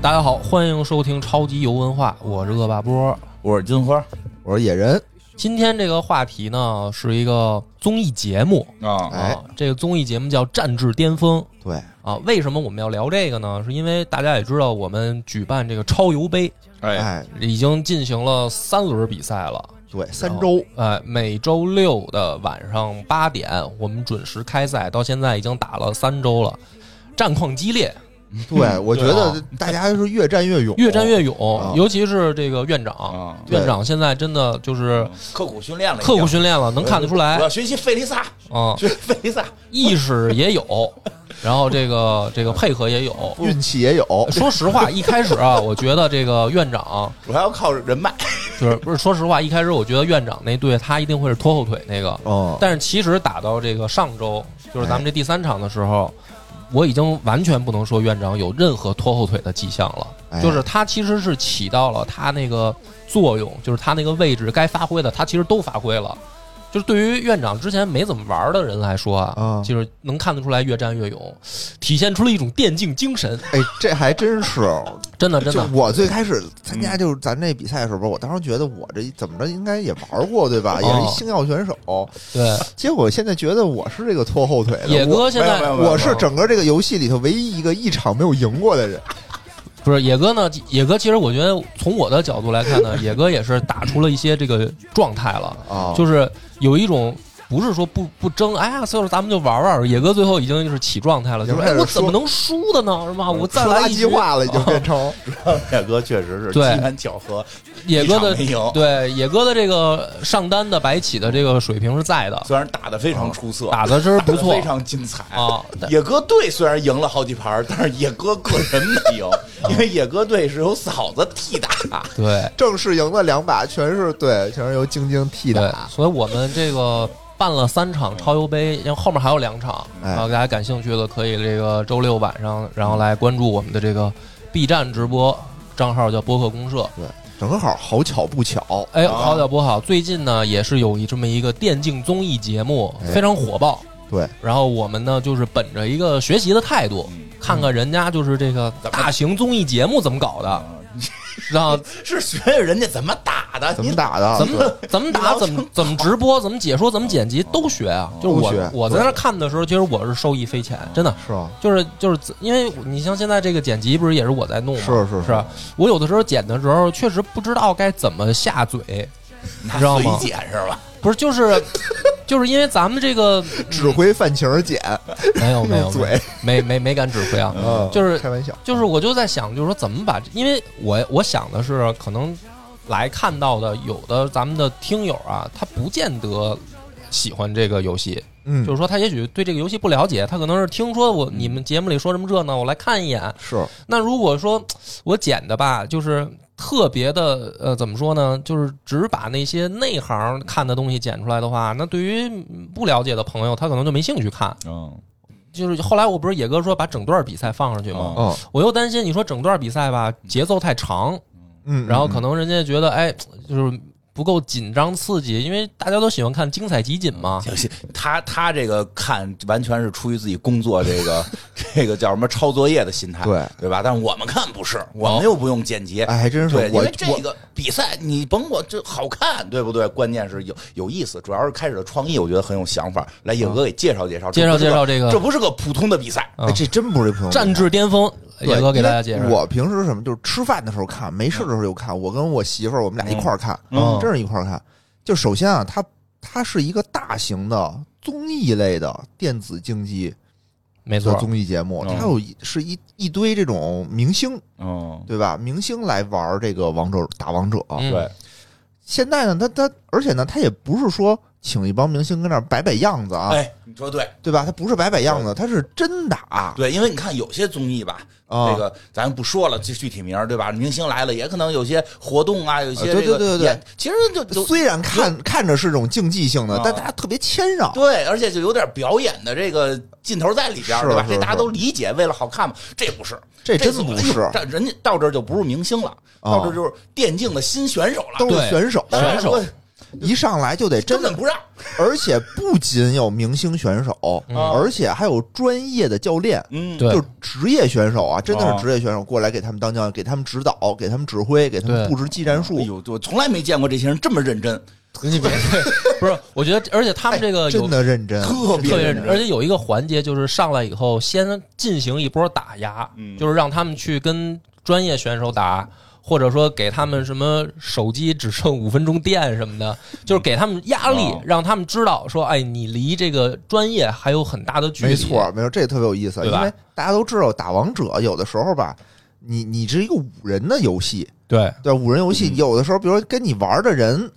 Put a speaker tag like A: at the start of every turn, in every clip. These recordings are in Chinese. A: 大家好，欢迎收听超级游文化，我是恶霸波。
B: 我是金花
C: 我说野人，
A: 今天这个话题呢是一个综艺节目
B: 啊，
C: 哎
A: 啊，这个综艺节目叫《战至巅峰》
C: 对，
A: 啊。为什么我们要聊这个呢？是因为大家也知道，我们举办这个超游杯
B: 哎，
C: 哎，
A: 已经进行了三轮比赛了，
C: 对，三周，
A: 呃，每周六的晚上八点，我们准时开赛，到现在已经打了三周了，战况激烈，
C: 对我觉得大家是越战越勇，
A: 啊越战越勇，
C: 啊
A: 尤其是这个院长，
B: 啊，
C: 对
A: 院长现在真的就是
B: 刻苦训练了，
A: 刻苦训练了，能看得出
B: 我
A: 来
B: 要学习费利萨，
A: 啊，
B: 学习费利萨，
A: 意识也有，然后这个这个配合也有。
C: 运气也 有，
A: 说实话，一开始啊，我觉得这个院长
B: 我还要靠人脉，
A: 就是不是说实话，一开始我觉得院长那队他一定会是拖后腿那个，
C: 嗯，
A: 但是其实打到这个上周，就是咱们这第三场的时候，我已经完全不能说院长有任何拖后腿的迹象了。
C: 哎
A: 就是他其实是起到了他那个作用，就是他那个位置该发挥的，他其实都发挥了。就是对于院长之前没怎么玩的人来说啊
C: 啊，
A: 就是能看得出来越战越勇，体现出了一种电竞精神。
C: 哎，这还 真是，
A: 真的，真
C: 就
A: 的，嗯
C: 我最开始参加就是咱这比赛的时候，我当时觉得我这怎么着应该也玩过对吧？
A: 哦
C: 也是一星耀选手，
A: 对，
C: 结果现在觉得我是这个拖后腿的，
A: 野
C: 我
A: 哥嗯现在
B: 哎没有没有没有
C: 我是整个这个游戏里头唯一一个一场没有赢过的人，
A: 不是野哥呢？野哥其实我觉得从我的角度来看呢， 野哥也是打出了一些这个状态了。
C: 啊
A: 就是有一种不是说不不争，哎呀，就是咱们就玩玩。野哥最后已经就是起状态了，就是
C: 已
A: 哎，
C: 经开始
A: 我怎么
C: 说
A: 能输的呢？是吧？我再
C: 说
A: 来
C: 垃
A: 一
C: 圾
A: 局。哦
C: 话了，已经变成
B: 野哥确实是机
A: 对
B: 缘巧合，
A: 野哥的
B: 一场没赢
A: 对野哥的这个上单的白起的这个水平是在 的，
B: 虽然打得非常出色，
A: 哦打的真是不错
B: 非常精彩
A: 啊但
B: 野哥队虽然赢了好几盘，但是野哥个人没 赢，
A: 哦
B: 因为野哥队是由嫂子替打。
A: 对
C: 正式赢了两把，全是对，全是由晶晶替
A: 对
C: 打，，
A: 所以我们这个。办了三场超游杯，然后后面还有两场，
C: 哎
A: 然后大家感兴趣的可以这个周六晚上，然后来关注我们的这个 B 站直播账号叫播客公社，
C: 对，正好好巧不巧，
A: 哎，
B: 啊
A: 好巧不好，最近呢也是有一这么一个电竞综艺节目，
C: 哎
A: 非常火爆。
C: 对，
A: 然后我们呢就是本着一个学习的态度，
C: 嗯
A: 看看人家就是这个大型综艺节目怎么搞
C: 啊
A: 的，然后
B: 是学学人家怎么打的，
C: 怎么打的？
A: 怎么
C: 是
A: 怎么打、
B: 你老
A: 怎么怎么直播、怎么解说、怎么剪辑都学啊。就是
C: 都学
A: 我我在那看的时候，其实我是受益匪浅，真的。
C: 是吧？
A: 就是就是因为你像现在这个剪辑不是也是我在弄吗？
C: 是是
A: 是
C: 是
A: 吧我有的时候剪的时候确实不知道该怎么下嘴，你
B: 拿
A: 知道
B: 随
A: 吗？
B: 剪是吧？
A: 不是，就是 就是因为咱们这个
C: 指挥范晴儿姐，
A: 没 有没有
C: 用嘴，
A: 没没没敢指挥啊，
C: 嗯
A: 就是
C: 开玩笑，
A: 就是我就在想，就是说怎么把，因为我我想的是，可能来看到的有的咱们的听友啊，他不见得。喜欢这个游戏，
C: 嗯，
A: 就是说他也许对这个游戏不了解，他可能是听说我你们节目里说什么这呢，我来看一眼。
C: 是
A: 那如果说我剪的吧，就是特别的呃，怎么说呢？就是只把那些内行看的东西剪出来的话，那对于不了解的朋友，他可能就没兴趣看。
B: 嗯，
A: 就是后来我不是野哥说把整段比赛放上去吗？
C: 嗯
A: 我又担心你说整段比赛吧节奏太长，
C: 嗯，
A: 然后可能人家觉得哎就是不够紧张刺激，因为大家都喜欢看精彩集锦
C: 啊
A: 嘛。
B: 就是他他这个看完全是出于自己工作 这个这个叫什么抄作业的心态，
C: 对哦
B: 对吧？但我们看不是，我们又不用剪辑，
C: 哎还真是
B: 对，因
C: 我
B: 为这个比赛你甭管这好看，对不对？关键是有有意思，主要是开始的创意，我觉得很有想法。来，野
C: 嗯
B: 哥给介绍介绍，
A: 介绍
B: 这不是
A: 介绍这个
B: 这不是个普通的比赛，
C: 哎这真不是朋友
A: 战至巅峰，野哥给大家介绍。
C: 我平时是什么就是吃饭的时候看，没事的时候就看，我跟我媳妇儿我们俩一块儿看，
A: 嗯
C: 真是一块儿看。就首先啊，它它是一个大型的综艺类的电子竞技
A: 没
C: 的
A: 错，
C: 综艺节目，
B: 嗯
C: 它有一是一一堆这种明星，
B: 嗯，
C: 对吧？明星来玩这个王者打王者，
A: 嗯
B: 对，
C: 现在呢，他他而且呢，他也不是说请一帮明星跟那儿摆摆样子啊，
B: 哎，你说对
C: 对吧？他不是摆摆样子，他是真打。
B: 对，因为你看有些综艺吧，
C: 啊
B: 这个咱不说了，这具体名儿对吧？明星来了，也可能有些活动啊，有些
C: 啊对
B: 这个
C: 对对对
B: 演其实就就
C: 虽然看看着是种竞技性的
B: 啊，
C: 但大家特别谦让。
B: 对，而且就有点表演的这个劲头在里边儿，
C: 是
B: 对吧？
C: 是
B: 这大家
C: 是
B: 都理解，为了好看嘛。这不是，
C: 这真
B: 次
C: 不
B: 哎呦
C: 是
B: 这人家到这儿就不是明星了，
C: 啊
B: 到这儿就是电竞的新选手了，
C: 都
A: 对
C: 是
A: 选
C: 选手，
A: 手
B: 当然了
C: 一上来就得
B: 根
C: 真
B: 本
C: 的
B: 不让。
C: 而且不仅有明星选手，
A: 嗯
C: 而且还有专业的教练，
B: 嗯，
A: 对
C: 就职业选手啊，真的
B: 哦
C: 是职业选手过来给他们当教练，给他们指导，给他们指挥，给他们
A: 对
C: 布置技战
B: 哎
C: 术。
B: 呦，我从来没见过这些人这么认真，
A: 你别不是，我觉得，而且他们这个有
C: 真的认真，
B: 特
A: 特别
B: 认
A: 认真，而且有一个环节就是上来以后，先进行一波打压，
B: 嗯
A: 就是让他们去跟专业选手打，或者说给他们什么手机只剩五分钟电什么的，
C: 嗯
A: 就是给他们压力，
B: 哦
A: 让他们知道说，哎，你离这个专业还有很大的距离。
C: 没错，，没错，这特别有意思，
A: 对
C: 因
A: 吧
C: 为大家都知道打王者有的时候吧，你你是一个五人的游戏，
A: 对，
C: 对吧五人游
B: 嗯
C: 戏，有的时候，比如说跟你玩的人，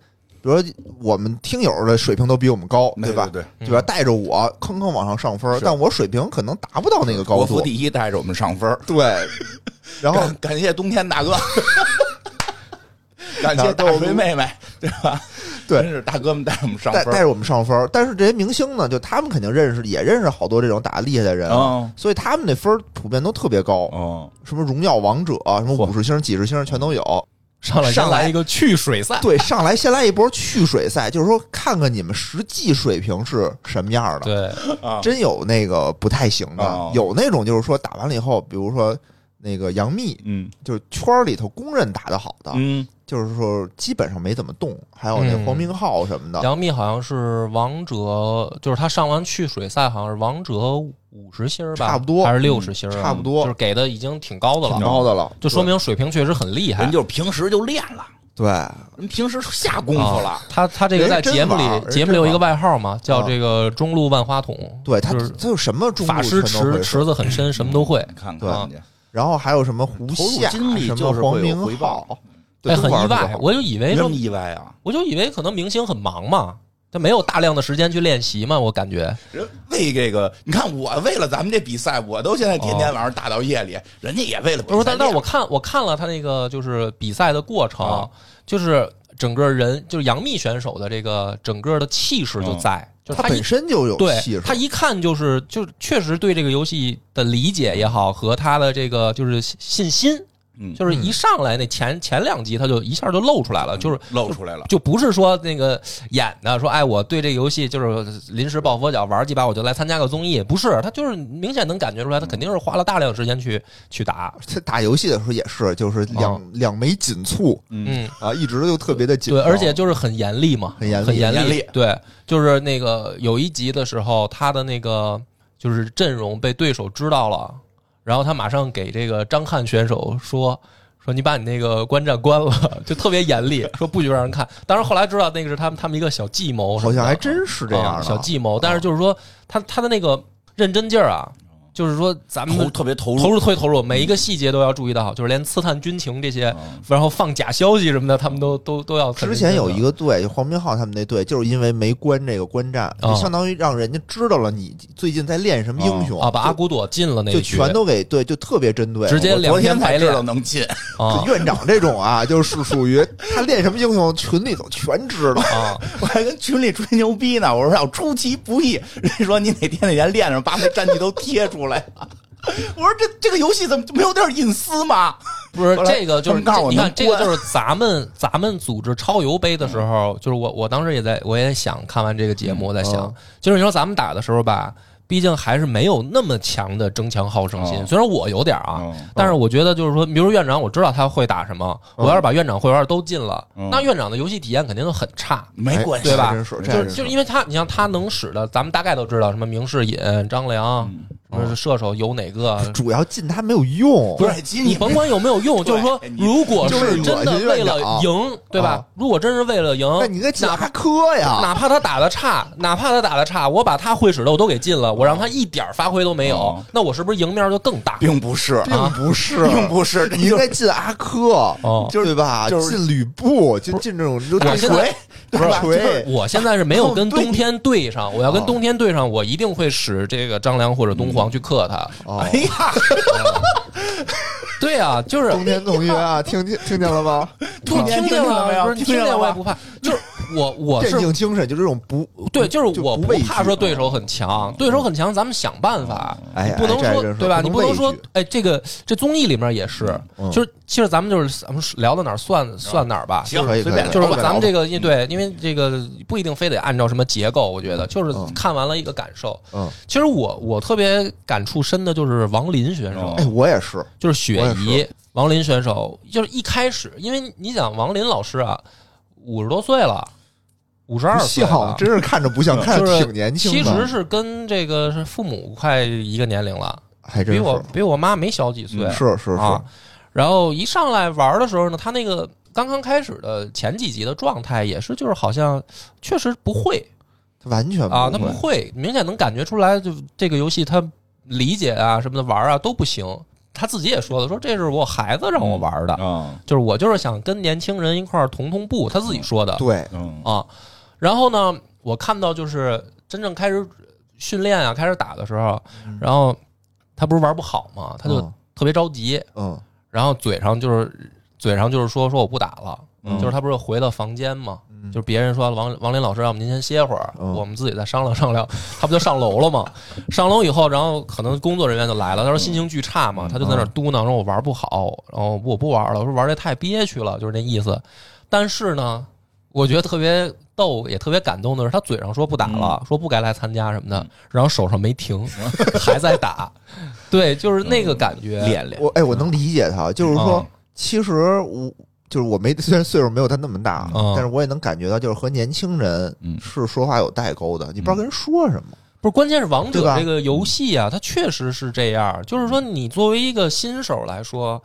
C: 比如说我们听友的水平都比我们高，
B: 对
C: 吧？
B: 对，
A: 嗯
C: 对吧？带着我坑坑往上上分，
B: 是
C: 但我水平可能达不到那个高
B: 国服
C: 度。
B: 第一带着我们上分儿，
C: 对，然后
B: 感感谢冬天 大哥，感
C: 哪
B: 谢
C: 儿
B: 大
C: 都有
B: 锤妹妹，对吧？
C: 对
B: 真是大哥们带我们上
C: 带
B: 分
C: 带
B: 儿，
C: 着我们上分，但是这些明星呢，就他们肯定认识，也认识好多这种打得厉害的人，
B: 哦
C: 所以他们那分儿普遍都特别高，
B: 哦，
C: 什么荣耀王者啊，什么
A: 嚯
C: 五十星、几十星全都有。
A: 上来
C: 上来
A: 先来一个去水 赛，
C: 对，上来先来一波去水赛，就是说看看你们实际水平是什么样的。
A: 对，
B: 啊
C: 真有那个不太行的，
B: 哦
C: 有那种就是说打完了以后，比如说那个杨幂，
B: 嗯
C: 就是圈儿里头公认打得好的，
B: 嗯
C: 就是说基本上没怎么动。还有那
A: 嗯
C: 黄明昊什么的，
A: 杨幂好像是王者，就是她上完去水赛，好像是王者五十星儿吧，
C: 差不多嗯
A: 还是六十星儿啊、
C: 差不多
A: 就是给的已经挺高的
C: 挺
A: 了，
C: 高的了，
A: 就说明水平确实很厉害
C: 哎
B: 人。就是平时就练了，
C: 对
B: 人平时下功夫了
C: 哦
A: 啊。他他这个在
C: 人真
A: 节目
C: 玩
A: 里，
C: 人
A: 节目里
C: 真
A: 有一个
C: 玩
A: 外号嘛，叫
C: 啊
A: 这个中路万花筒，
C: 对，他
A: 就是
C: 他有什么中路
A: 法师
C: 全都
A: 池
C: 会嗯
A: 池子很深，什么都会
B: 你。看
C: 对
B: 看去，
C: 然后还有什么胡
B: 投入
C: 夏，
B: 精力
C: 什
B: 就
C: 么
B: 是
C: 黄
B: 会
C: 明
B: 有回
C: 昊
B: 报，，嗯
C: 对
A: 哎，很
C: 都玩
A: 意
C: 得特
A: 外
C: 好，
A: 我就以为
B: 没
A: 说
B: 什么，意外啊。
A: 我就以为可能明星很忙嘛，他没有大量的时间去练习嘛，我感觉。
B: 人为这个，你看我为了咱们这比赛，我都现在天天晚上打到夜
C: 哦
B: 里，人家也为了比
A: 不是，
B: 赛
A: 但
B: 练。
A: 但是我看我看了他那个就是比赛的过程，
B: 啊
A: 就是整个人就是杨幂选手的这个整个的气势就在，就是
C: 啊
A: 她
C: 他
A: 一
C: 本身就有
A: 对
C: 气势，
A: 他一看就是就是确实对这个游戏的理解也好和他的这个就是信心，
B: 嗯
A: 就是一上来那前前两集他就一下就露出
B: 嗯
A: 来了，就是。
B: 露出来了，
A: 就不是说那个演的说，哎，我对这个游戏就是临时抱佛脚玩几把，我就来参加个综艺，不是，他就是明显能感觉出来，他肯定是花了大量时间去去打，
C: 他打游戏的时候也是，就是
A: 哦
C: 两、两眉紧蹙
A: 嗯，
C: 啊，一直就特别的紧
A: 对，
C: 张，
A: 而且就是很严厉嘛，
C: 很严厉
A: 很严
B: 严厉
A: 对，就是那个有一集的时候，他的那个就是阵容被对手知道了，然后他马上给这个张翰选手说。说你把你那个观战关了， 就特别严厉，说不许让人看。当然后来知道那个是他们他们一个小计谋什
C: 好
A: 么的，
C: 像还真是这样
A: 啊
C: 的，
A: 小计谋。但是就是说他他的那个认真劲儿啊，就是说咱
B: 投
A: 们
B: 特别投
A: 投
B: 入。
A: 入特别投入，每一个细节都要注意的好，就是连刺探军情这些
B: 嗯，
A: 然后放假消息什么的，他们都都都要很
C: 之
A: 认真
C: 前
A: 的。
C: 有一个队，就黄明昊他们那队，就是因为没关这个观战，
A: 啊
C: 就相当于让人家知道了你最近在练什么英雄
A: 啊，把阿
C: 就
A: 古朵禁了那
C: 就
A: 一局
C: 全都给对，就特别针对。
A: 直接
B: 我昨
A: 两天
B: 天才
A: 排
B: 知
A: 练
B: 道能进，
A: 啊
C: 就院长这种啊，就是属于他练什么英雄，群里头全知道。
A: 啊，
B: 我还跟群里吹牛逼呢。我说要出其不意，人家说你哪天哪天练着，把那战绩都贴出来。 我说这这个游戏怎么就没有点隐私吗？
A: 不是
B: 后来
A: 这个就是
B: 他们告诉我
A: 你看
B: 能
A: 这个
B: 关
A: 就是咱们咱们组织超游杯的时候，就是我我当时也在我也想看完这个节目，我在想
C: 嗯，
A: 就是你说咱们打的时候吧。毕竟还是没有那么强的争强好胜心，
B: 哦
A: 虽然我有点啊，
B: 嗯
A: 但是我觉得就是说，比如说院长，我知道他会打什么，我要是把院长会员都进了，那院长的游戏体验肯定就很差。
B: 没关系，
A: 对吧
C: 哎这还真是，
A: 就
C: 这还
A: 是
C: 真
A: 就是
C: 是
A: 因为他，你像他能使的，咱们大概都知道，什么明世隐、张良，什么射手有哪个，
C: 主要进他没有用，
B: 不是，其实
A: 你甭管有没有 用，
B: 对
A: 就是说，
B: 你
A: 如果
C: 就是
A: 是
C: 恶
A: 真的
C: 心
A: 为
C: 院长
A: 了赢，对吧
C: 啊？
A: 如果真是为了赢，
C: 那你该进
A: 哪
C: 阿科呀。
A: 哪怕他打的差，哪怕他打的差，我把他会使的我都给禁了，我让他一点儿发挥都没有
B: 哦，
A: 那我是不是赢面就更大？
B: 并不是，
C: 并不是，
B: 啊 并 不是，这
C: 你应
B: 就
C: 该进阿科，
A: 哦
C: 就是对吧？
B: 就是
C: 进吕布，就进这种就
A: 我现在
C: 锤，对吧？
A: 不是就是
C: 锤，
A: 我现在是没有跟
C: 哦对
A: 冬天对上，我要跟
C: 哦
A: 冬天对上，我一定会使这个张良或者东皇去克他。
C: 哦
B: 哎呀，
A: 对啊，就是
C: 冬天同学啊，听见听见了吗？
A: 我
B: 听
A: 听
B: 见
A: 见
B: 了没
A: 了，
B: 有
A: 不是你
B: 听见
A: 见
B: 了
A: 我也
B: 吧
A: 不怕。就是 我我
C: 镇
A: 是
C: 静精神，就这种不
A: 对，就是我
C: 不
A: 不
C: 畏
A: 怕
C: 惧嗯
A: 说对手很强，对手很强，咱们想办法，
C: 哎，
A: 不能
C: 哎这还
A: 说
C: 真是
A: 对吧？你
C: 不
A: 不能说
C: 畏惧
A: 哎，这个这综艺里面也是，
C: 嗯
A: 就是其实咱们就是咱们聊到哪儿算算哪儿吧。
B: 行
C: 可以
B: 随
C: 可以
B: 便
A: 就是
B: 聊吧
A: 咱们这个，因对，因为这个不一定非得按照什么结构，我觉得就是
C: 嗯
A: 看完了一个感受。
C: 嗯，
A: 其实我我特别感触深的就是王林选手，
B: 哦
C: 哎，我也是，
A: 就是雪
C: 我也
A: 姨、王林选手，就是一开始，因为你想王林老师啊，五十多岁了，五十二
C: 不
A: 岁
C: 像，
A: 了，
C: 真是看着不像，
B: 嗯
C: 看
A: 就
C: 着
A: 是
C: 挺年
A: 其
C: 轻
A: 实
C: 的，
A: 是跟这个是父母快一个年龄了，
C: 还真
A: 比
C: 是
A: 我比我妈没小几岁，
B: 嗯
C: 是是
A: 啊
C: 是，。
A: 然后一上来玩的时候呢，他那个刚刚开始的前几集的状态也是，就是好像确实不会
C: 他完全
A: 啊，他
C: 不
A: 不
C: 会
A: 会，明显能感觉出来，就这个游戏他理解啊什么的玩啊都不行。他自己也说了，说这是我孩子让我玩的，
B: 嗯
A: 就是我就是想跟年轻人一块儿同同步，他自己说的
C: 对，
B: 嗯
A: 啊。然后呢，我看到就是真正开始训练啊，开始打的时候，然后他不是玩不好嘛，他就
C: 嗯
A: 特别着急，
C: 嗯
A: 然后嘴上就是嘴上就是说说我不打了，
B: 嗯
A: 就是他不是回到房间嘛，
C: 嗯
A: 就是别人说王王林老师让我们您先歇会儿，
C: 嗯
A: 我们自己再商量商量，他不就上楼了吗？上楼以后，然后可能工作人员就来了，他说心情巨差嘛，他就在那儿嘟囔，说我玩不好，然后我不玩了，我说玩这太憋屈了，就是那意思。但是呢，我觉得特别逗，也特别感动的是，他嘴上说不打了，说不该来参加什么的，然后手上没停，还在打，对，就是那个感觉，
B: 练练
C: 我哎，我能理解他，就是说
A: 嗯，
C: 其实我就是我没虽然岁数没有他那么大，啊
A: 嗯
C: 但是我也能感觉到，就是和年轻人
B: 嗯
C: 是说话有代沟的，你不知道跟人说什么。
A: 不是，关键是王
C: 对
A: 者
C: 吧
A: 这个游戏
B: 嗯
A: 啊，它确实是这样。就是说，你作为一个新手来说，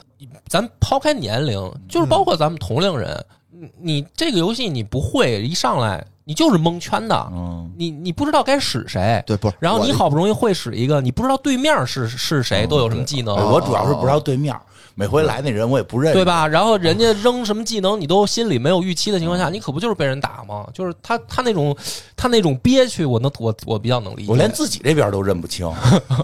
A: 咱抛开年龄，
B: 嗯
A: 就是包括咱们同龄人，你你这个游戏你不会，一上来你就是蒙圈的，
B: 嗯
A: 你你不知道该使谁，
C: 对，不是，
A: 然后
C: 我
A: 你好不容易会使一个，你不知道对面是是谁，
B: 嗯
A: 都有什么技能，
B: 哎我主要是不知道对面，每回来那人我也不认
A: 哦
B: 识，
A: 对？吧？然后人家扔什么技能，你都心里没有预期的情况下，
B: 嗯
A: 你可不就是被人打吗？就是他他那种他那种憋屈，我能我我比较能理解。
B: 我连自己这边都认不清，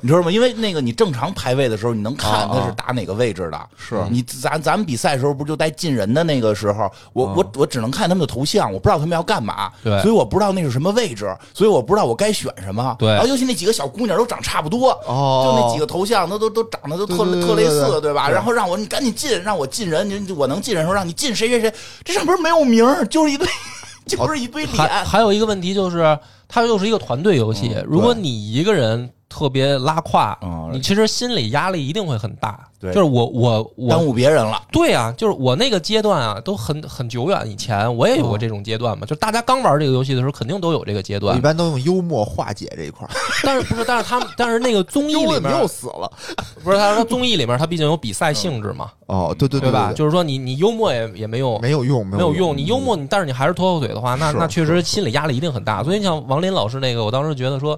B: 你知道吗？因为那个你正常排位的时候，你能看他是打哪个位置的。
C: 是
B: 你咱咱们比赛的时候不就带进人的那个时候，我我我只能看他们的头像，我不知道他们要干嘛，
A: 对
B: 所以我不知道那是什么位置，所以我不知道我该选什么。
A: 对
B: 然后尤其那几个小姑娘都长差不多，
C: 哦
B: 就那几个头像，那都都长得都
C: 对
B: 特
C: 对对
B: 特类
C: 对
B: 似，
C: 对
B: 对吧？然后让我你赶紧进，让我进人，你我能进人的时候让你进谁谁谁，这上边没有名儿，就是一堆 就是一堆脸。
A: 还还有一个问题就是，它又是一个团队游戏，如果你一个人特别拉胯，
B: 嗯
A: 你其实心理压力一定会很大。
B: 对
A: 就是我我
B: 耽
A: 我，
B: 误别人了，
A: 对啊，就是我那个阶段啊，都很很久远以前，我也有过这种阶段嘛。就大家刚玩这个游戏的时候，肯定都有这个阶
C: 我一
A: 段，
C: 般都用幽默化解这一块儿，
A: 但是不是？但是他们，但是那个综艺
C: 幽
A: 里
C: 默又
A: 面，
C: 死了。
A: 不是他说综艺里面，它毕竟有比赛性质嘛，
C: 哦，对对
A: 对
C: 对
A: 吧？
C: 对
A: 就是说你你幽默也也没用，
C: 没有用，没
A: 没有
C: 用，
A: 用。你幽默，你但是你还是拖后腿的话，那
C: 是
A: 那确实心理压力一定很大。所以你像王林老师那个，我当时觉得说，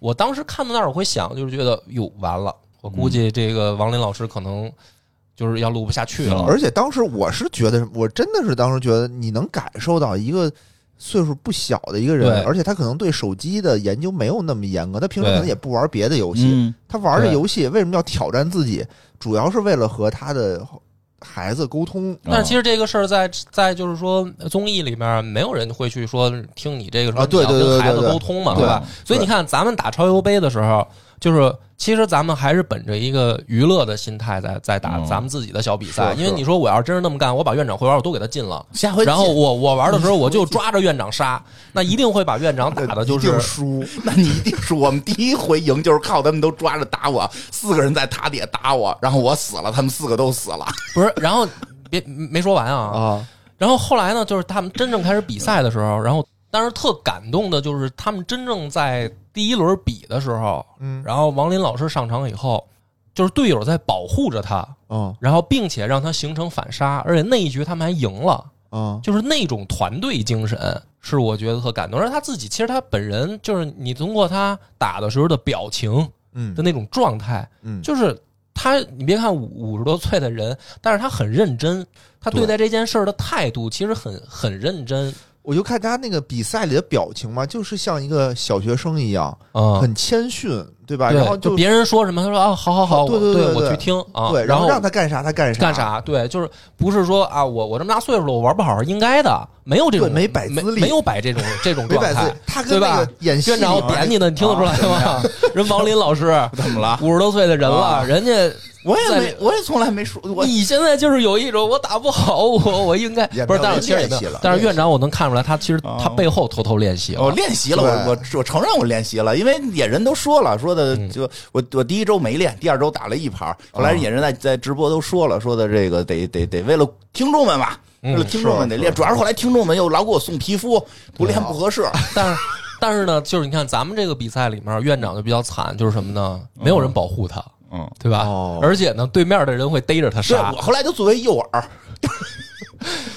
A: 我当时看到那儿，我会想，就是觉得哟，完了，我估
C: 嗯
A: 计这个王林老师可能就是要录不下去了。
C: 而且当时我是觉得，我真的是当时觉得，你能感受到一个岁数不小的一个
A: 对
C: 人，而且他可能对手机的研究没有那么严格，他平时
A: 对
C: 可能也不玩别的游戏，
B: 嗯
C: 他玩这
A: 对
C: 游戏为什么要挑战自己？主要是为了和他的孩子沟通。
A: 但是其实这个事儿在在就是说综艺里面，没有人会去说听你这个什么
C: 啊对
A: 你要
C: 对对
A: 跟
C: 对
A: 孩子
C: 对
A: 沟通嘛，
C: 对
A: 吧？所以你看，咱们打超游杯的时候，就是其实咱们还是本着一个娱乐的心态在在打
B: 嗯
A: 咱们自己的小比赛，
C: 是
A: 因为
C: 是
A: 你说我要真是那么干，我把院长会玩我都给他禁了。
B: 下回
A: 然后
B: 进
A: 我我玩的时候，我就抓着院长杀，那一定会把院长打的就
C: 一
A: 是
C: 定输，
B: 那你一定是我们第一回赢，就是靠他们都抓着打我，四个人在塔底下打我，然后我死了，他们四个都死了。
A: 不是？然后别没说完啊。
C: 啊！
A: 然后后来呢，就是他们真正开始比赛的时候，然后当时特感动的就是他们真正在第一轮比的时候，
C: 嗯
A: 然后王林老师上场以后，就是队友在保护着他，
C: 嗯
A: 然后并且让他形成反杀，而且那一局他们还赢了。
C: 嗯，
A: 就是那种团队精神，是我觉得特感动。而他自己，其实他本人就是你通过他打的时候的表情
C: 嗯
A: 的那种状态，
C: 嗯，
A: 就是他，你别看五五十多岁的人，但是他很认真，他对待这件事儿的态度其实很很认真，
C: 我就看他那个比赛里的表情嘛，就是像一个小学生一样，
A: 嗯，
C: 很谦逊，啊对吧？
A: 对，
C: 然后
A: 就
C: 就
A: 别人说什么，他说啊，好好好，
C: 对对
A: 我
C: 对对
A: 我
C: 对
A: 去听啊，
C: 对，
A: 然
C: 然后让他干啥他干啥，
A: 干啥？对，就是不是说啊，我我这么大岁数了，我玩不好是应该的，没有这种
C: 对没摆
A: 没
C: 资历
A: 没有摆这种这种
C: 没
A: 状
C: 摆
A: 态
C: 字，，他
A: 对
C: 跟
A: 吧
C: 那个演戏
A: 院长我点你呢，你听得出来
C: 啊
A: 吗？ 人王林老师
B: 怎么了？
A: 五十多岁的人了，
B: 啊
A: 人家
B: 我也没
A: 在，
B: 我也从来没说，我
A: 你现在就是有一种我打不好，我我应该
C: 也
A: 不是，
C: 没有
A: 但是其实也
C: 练
A: 没
C: 习哦
A: 有
C: 了，
A: 但是
C: 练
A: 院长我能看出来，他其实
B: 哦
A: 他背后偷偷练习了，
B: 我哦练习了，我我我承认我练习了，因为野人都说了，说的
A: 嗯
B: 就我我第一周没练，第二周打了一盘儿，后来野人在在直播都说了，说的这个得得得为了听众们嘛，
A: 嗯
B: 为了听众们得练，主要是后来啊听众们又老给我送皮肤，不练不合适，
A: 但是。但是呢，就是你看咱们这个比赛里面，院长就比较惨，就是什么呢？没有人保护他，
B: 嗯，
A: 对吧？
C: 哦
A: 而且呢，对面的人会逮着他
B: 对
A: 杀
B: 我，后来就作为诱饵，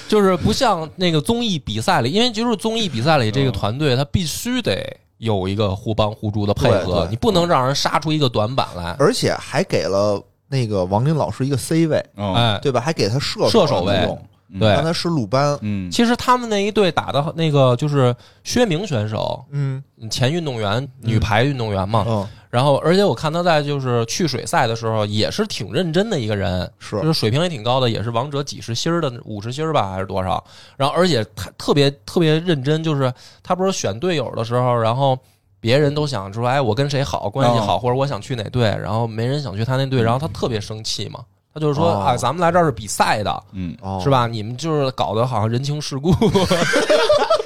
A: 就是不像那个综艺比赛里，因为就是综艺比赛里这
C: 嗯
A: 个团队，他必须得有一个互帮互助的配
C: 对
A: 合
C: 对，嗯
A: 你不能让人杀出一个短板来。
C: 而且还给了那个王林老师一个 C 位，
B: 嗯
A: 哎，
C: 对吧？还给他射
A: 射手
C: 手
A: 位
C: 那种让
A: 对，
C: 他是鲁班，
B: 嗯
A: 其实他们那一队打的那个就是薛明选手，
C: 嗯
A: 前运动员、女排运动员嘛。
C: 嗯，
A: 然后，而且我看他在就是去水赛的时候，也是挺认真的一个人，
C: 是
A: 就是水平也挺高的，也是王者几十星儿的五十星儿吧，还是多少？然后，而且他特别特别认真，就是他不是选队友的时候，然后别人都想说，哎，我跟谁好，关系
C: 哦
A: 好，或者我想去哪队，然后没人想去他那队，然后他特别生气嘛，他就是说
C: 嗯哦
A: 啊，咱们来这儿是比赛的，
B: 嗯，
C: 哦
A: 是？吧？你们就是搞得好像人情世故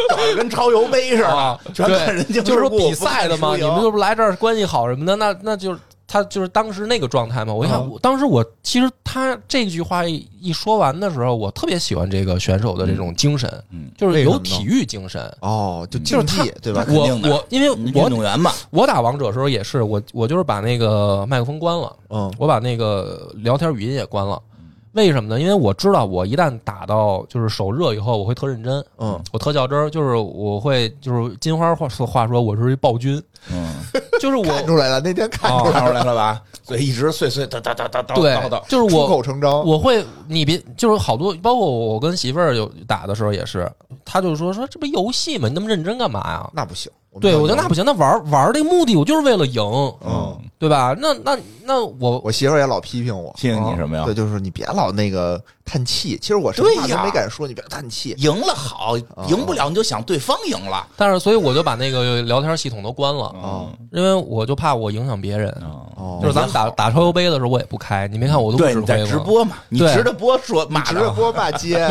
B: 搞得跟超邮杯似 的，
A: 啊，
B: 全看人家
A: 对，就是说比赛的嘛，你们
B: 就
A: 就不来这儿关系好什么的，那那就是他就是当时那个状态嘛。我一看，
B: 嗯
A: 我当时我其实他这句话一一说完的时候，我特别喜欢这个选手的这种精神，
B: 嗯嗯
A: 就是
C: 为什么
A: 有
C: 呢
A: 体育精神。
C: 哦，就
A: 就是
C: 竞
A: 他
C: 技对吧
B: 肯？
A: 我
B: 定的
A: 我因为
B: 运
A: 我
B: 动员嘛，
A: 我打王者的时候也是，我我就是把那个麦克风关了，
C: 嗯
A: 我把那个聊天语音也关了。
B: 嗯
A: 为什么呢？因为我知道，我一旦打到就是手热以后，我会特认真，
C: 嗯，
A: 我特较真儿，就是我会就是金花话说话说，我是一暴君，
B: 嗯，
A: 就是我
C: 看出来了，那天看
A: 哦
C: 出来
B: 看出来了 吧？嘴一直碎碎叨叨叨叨叨叨
A: 对
B: 叨，，
A: 就是
C: 出
A: 我
C: 口成章，
A: 我会，你别就是好多，包括我跟媳妇儿有打的时候也是，她就说说这不游戏吗？你那么认真干嘛呀？
C: 那不行。
A: 对，我觉
C: 就
A: 得那不行，那玩儿玩儿这目的我就是为了赢，
C: 嗯，
A: 对吧？那那那我
C: 我媳妇儿也老批评我，哦
B: 批评你什么呀
C: 对，就是你别老那个叹气。其实我什么
B: 对
C: 话
B: 呀
C: 都没敢说，你别叹气。
B: 赢了好，赢不了你就想对方赢了。
A: 但是所以我就把那个聊天系统都关了，
C: 哦
A: 因为我就怕我影响别人。
B: 嗯，
C: 哦，
A: 就是咱们打打超游杯的时候我也不开，你没看我都不
B: 对，
A: 指
B: 你在
A: 挥
B: 直
A: 吗？
B: 播嘛，你
A: 对
B: 直着播说骂
C: 直
B: 的
C: 播骂街，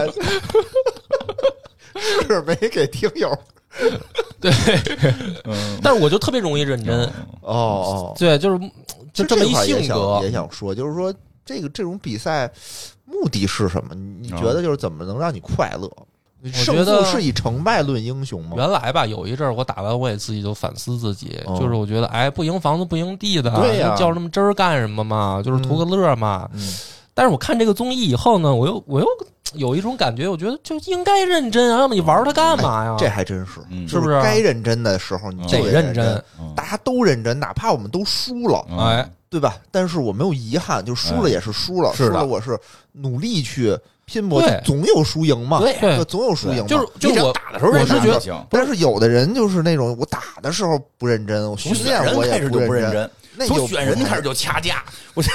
C: 是没给听友。
A: 对，
B: 嗯
A: 但是我就特别容易认真，
C: 嗯哦哦，
A: 对，就是就这么一
C: 块儿也
A: 性
C: 想
A: 格
C: 也，想说，就是说这个这种比赛目的是什么？你你
B: 嗯
C: 觉得就是怎么能让你快乐？
A: 觉
C: 胜
A: 得
C: 负是以成败论英雄吗？
A: 原来吧，有一阵儿我打完我也自己就反思自己，
C: 哦
A: 就是我觉得哎，不赢房子不赢地的，
B: 对呀
A: 那较那么真儿干什么嘛？就是图个乐嘛。
C: 嗯
A: 但是我看这个综艺以后呢，我又我又有一种感觉，我觉得就应该认真啊，要么你玩它干嘛呀？
C: 这还真是，
B: 嗯
A: 是不是
C: 该认真的时候你就
A: 得认
C: 认
A: 真，，
C: 大家都认真，哪怕我们都输了，
B: 嗯
A: 哎，
C: 对吧？但是我没有遗憾，就输了也是输了，
B: 是的
C: 输了我是努力去拼搏
A: 对，
C: 总有输赢嘛，
B: 对
A: 对
C: 总有输赢嘛。
A: 就是
B: 你
A: 就
B: 只要
A: 我
B: 打的时候
A: 我
B: 认
A: 是
B: 真
A: 觉
B: 就
A: 得。
B: 行。
C: 但是有的人就是那种我打的时候不认真，我
B: 从
C: 训
B: 选
C: 练
B: 人
C: 我
B: 开
C: 也
B: 始就不
C: 认
B: 认，真，
C: 那就不
B: 从选人
C: 太
B: 开始就掐架，
A: 不是，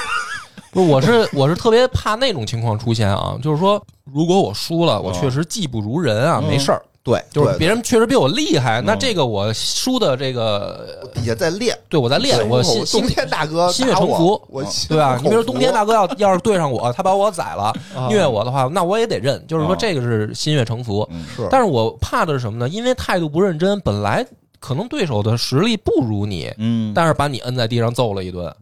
A: 我是我是特别怕那种情况出现啊，就是说，如果我输了，我确实技不如人啊，
B: 嗯
A: 没事儿，
C: 对，
A: 就是
C: 哦对
A: 别人确实比我厉害，那
B: 嗯
A: 这个我输的这个，
C: 底下在练，
A: 对我在
C: 对
A: 练，我心
C: 我
A: 心
C: 冬
A: 里
C: 天大哥
A: 心悦
C: 打
A: 诚
C: 我
A: 服
C: 我
B: 嗯
C: 心
A: 对啊，
C: 服
A: 你比如说冬天
C: 口
A: 大哥要 要是对上我，他把我宰了，
C: 服啊
A: 虐我的话，那我也得认，就是说
B: 嗯
A: 这个是心悦诚服。
B: 嗯
C: 是，
A: 但是我怕的是什么呢？因为态度不认真，本来可能对手的实力不如你，
B: 嗯
A: 但是把你摁在地上揍了一顿，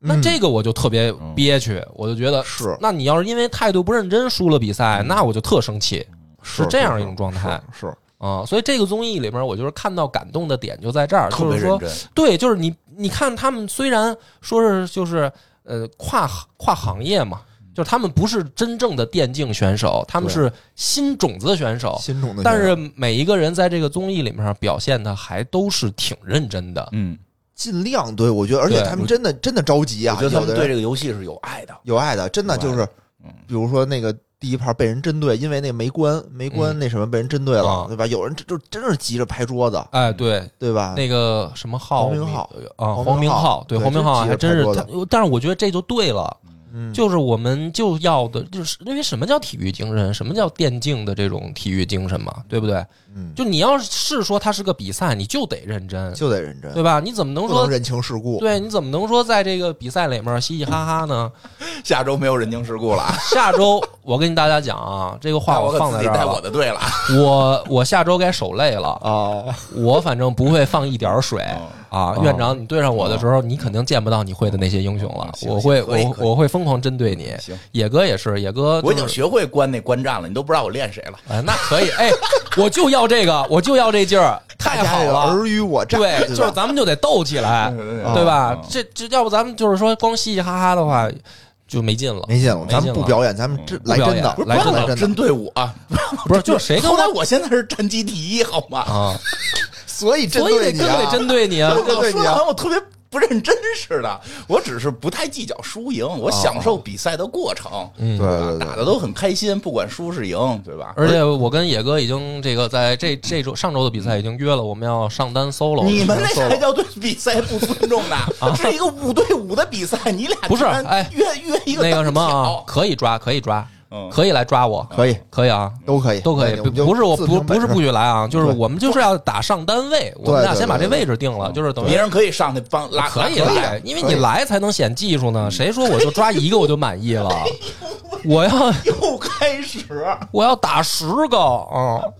A: 那
C: 嗯
A: 这个我就特别憋屈，我就觉得
C: 是嗯
A: 那你要是因为态度不认真输了比赛，那我就特生气
C: 是
A: 是这样一种状态，
C: 是是
A: 啊、所以这个综艺里面，我就是看到感动的点就在这儿，
B: 特
A: 就
B: 别
A: 是说
B: 认，真，
A: 对，就是你，你看他们虽然说是就是呃跨行跨行业嘛，就是他们不是真正的电竞选手，他们
C: 对
A: 是新种子选手，
C: 心中的
A: 哦但
C: 那
A: 是
C: 种
A: 每一个人在这个综艺里面表现的还都是挺认真的。
B: 嗯，
C: 尽量对我觉得，而且
A: 对
C: 他们真的真的着急
B: 我
C: 啊，
B: 觉得他
C: 有
B: 们
C: 的
B: 对
C: 人
B: 这个游戏是有爱的，
C: 有爱的，真的
B: 有爱
C: 就是
B: 嗯，
C: 比如说那个第一盘被人针对，因为那没关没关那什么被人针对了，
A: 嗯啊
C: 对吧？有人这就真是急着拍桌子，
A: 哎，对，
C: 对吧？
A: 那个什么浩
C: 黄明浩
A: 啊，
C: 黄
A: 黄
C: 明
A: 明
C: 浩
A: 浩，对
C: 对
A: 黄明浩还
C: 这几
A: 真
C: 个
A: 是
C: 拍
A: 他
C: 桌，
A: 但是我觉得这就对了，
C: 嗯，
A: 就是我们就要的，就是因为什么叫体育精神，什么叫电竞的这种体育精神嘛，对不对？
C: 嗯
A: 就你要是说它是个比赛，你就得认真，
C: 就得认真，
A: 对吧？你怎么能
C: 不能
A: 说
C: 人情世故。
A: 对？你怎么能说在这个比赛里面嘻嘻哈哈呢？
B: 下周没有人情世故了啊，
A: 下周我跟大家讲啊，这个话
B: 那我
A: 放
B: 可自
A: 在这
B: 己带
A: 儿
B: 我
A: 了，
B: 的队了啊。
A: 我我下周该守擂了。
C: 啊，
A: 我反正不会放一点儿水
B: 哦
A: 啊，
C: 哦
A: 院长，你对上我的时候，你肯定见不到你会的那些英雄了
B: 嗯。行
A: 我会，
B: 行可以
A: 我
B: 可以
A: 我会疯狂针对你。
B: 行，
A: 野哥也是，野哥
B: 我已
A: 就
B: 经
A: 是
B: 学会关那观战了，你都不知道我练谁了。
A: 哎，那可以，哎，我就要这个，我就要这劲儿，太好了。
C: 尔虞我诈，
A: 对，
C: 吧
A: 就是咱们就得斗起来，
B: 对
A: 对吧
B: 嗯？
A: 这这要不咱们就是说光嘻嘻哈哈的话，就没劲了。
C: 没劲了，咱
A: 没
C: 们
A: 劲
C: 不
A: 了
C: 表演，咱们真来真的
A: 嗯不，
B: 不
A: 表演
C: 来
B: 要
A: 来真的
C: 真的，
B: 老
C: 来真
B: 针
C: 的。
B: 对我，啊
A: 不 是，就是谁跟
B: 后来
A: 我
B: 我现在是战绩第一，好吗？
A: 啊，
C: 所以针
A: 所以得
C: 对你
A: 更得
C: 啊，
A: 针对你啊
B: 我。
C: 对
B: 老
C: 对
B: 说
C: 你
B: 的
C: 啊
B: 好像我特别不认真似的，我只是不太计较输赢，我享受比赛的过程，
A: 哦嗯，
C: 对对
B: 打
C: 对，
B: 的都很开心，不管输是赢，对吧？
A: 而且我跟野哥已经这个在这这周上周的比赛已经约了，我们要上单 solo 了。啊
B: 你们那才叫对比赛不尊重呢，是一个五对五的比赛，你俩
A: 不是
B: 居然
A: 哎
B: 约约一个
A: 那个什么啊
B: 单，挑，
A: 可以抓，可以抓，
B: 嗯，
A: 可以来抓我，
C: 可以，
A: 可以啊，
C: 都可以，
A: 都可以
C: 对，
A: 不
C: 们就
A: 不是我
C: 自
A: 不
C: 评本
A: 不是不
C: 事
A: 许来啊，就是我们就是要打上单位，我们俩
C: 对对
A: 先把这
C: 对对
A: 位置定了，就是等于
B: 别。人可以上去帮拉，
A: 可以
B: 拉
A: 来，因为你来才能显技术呢。谁说我就抓一个我就满意了？我要
B: 又开始，
A: 我要打十个啊！嗯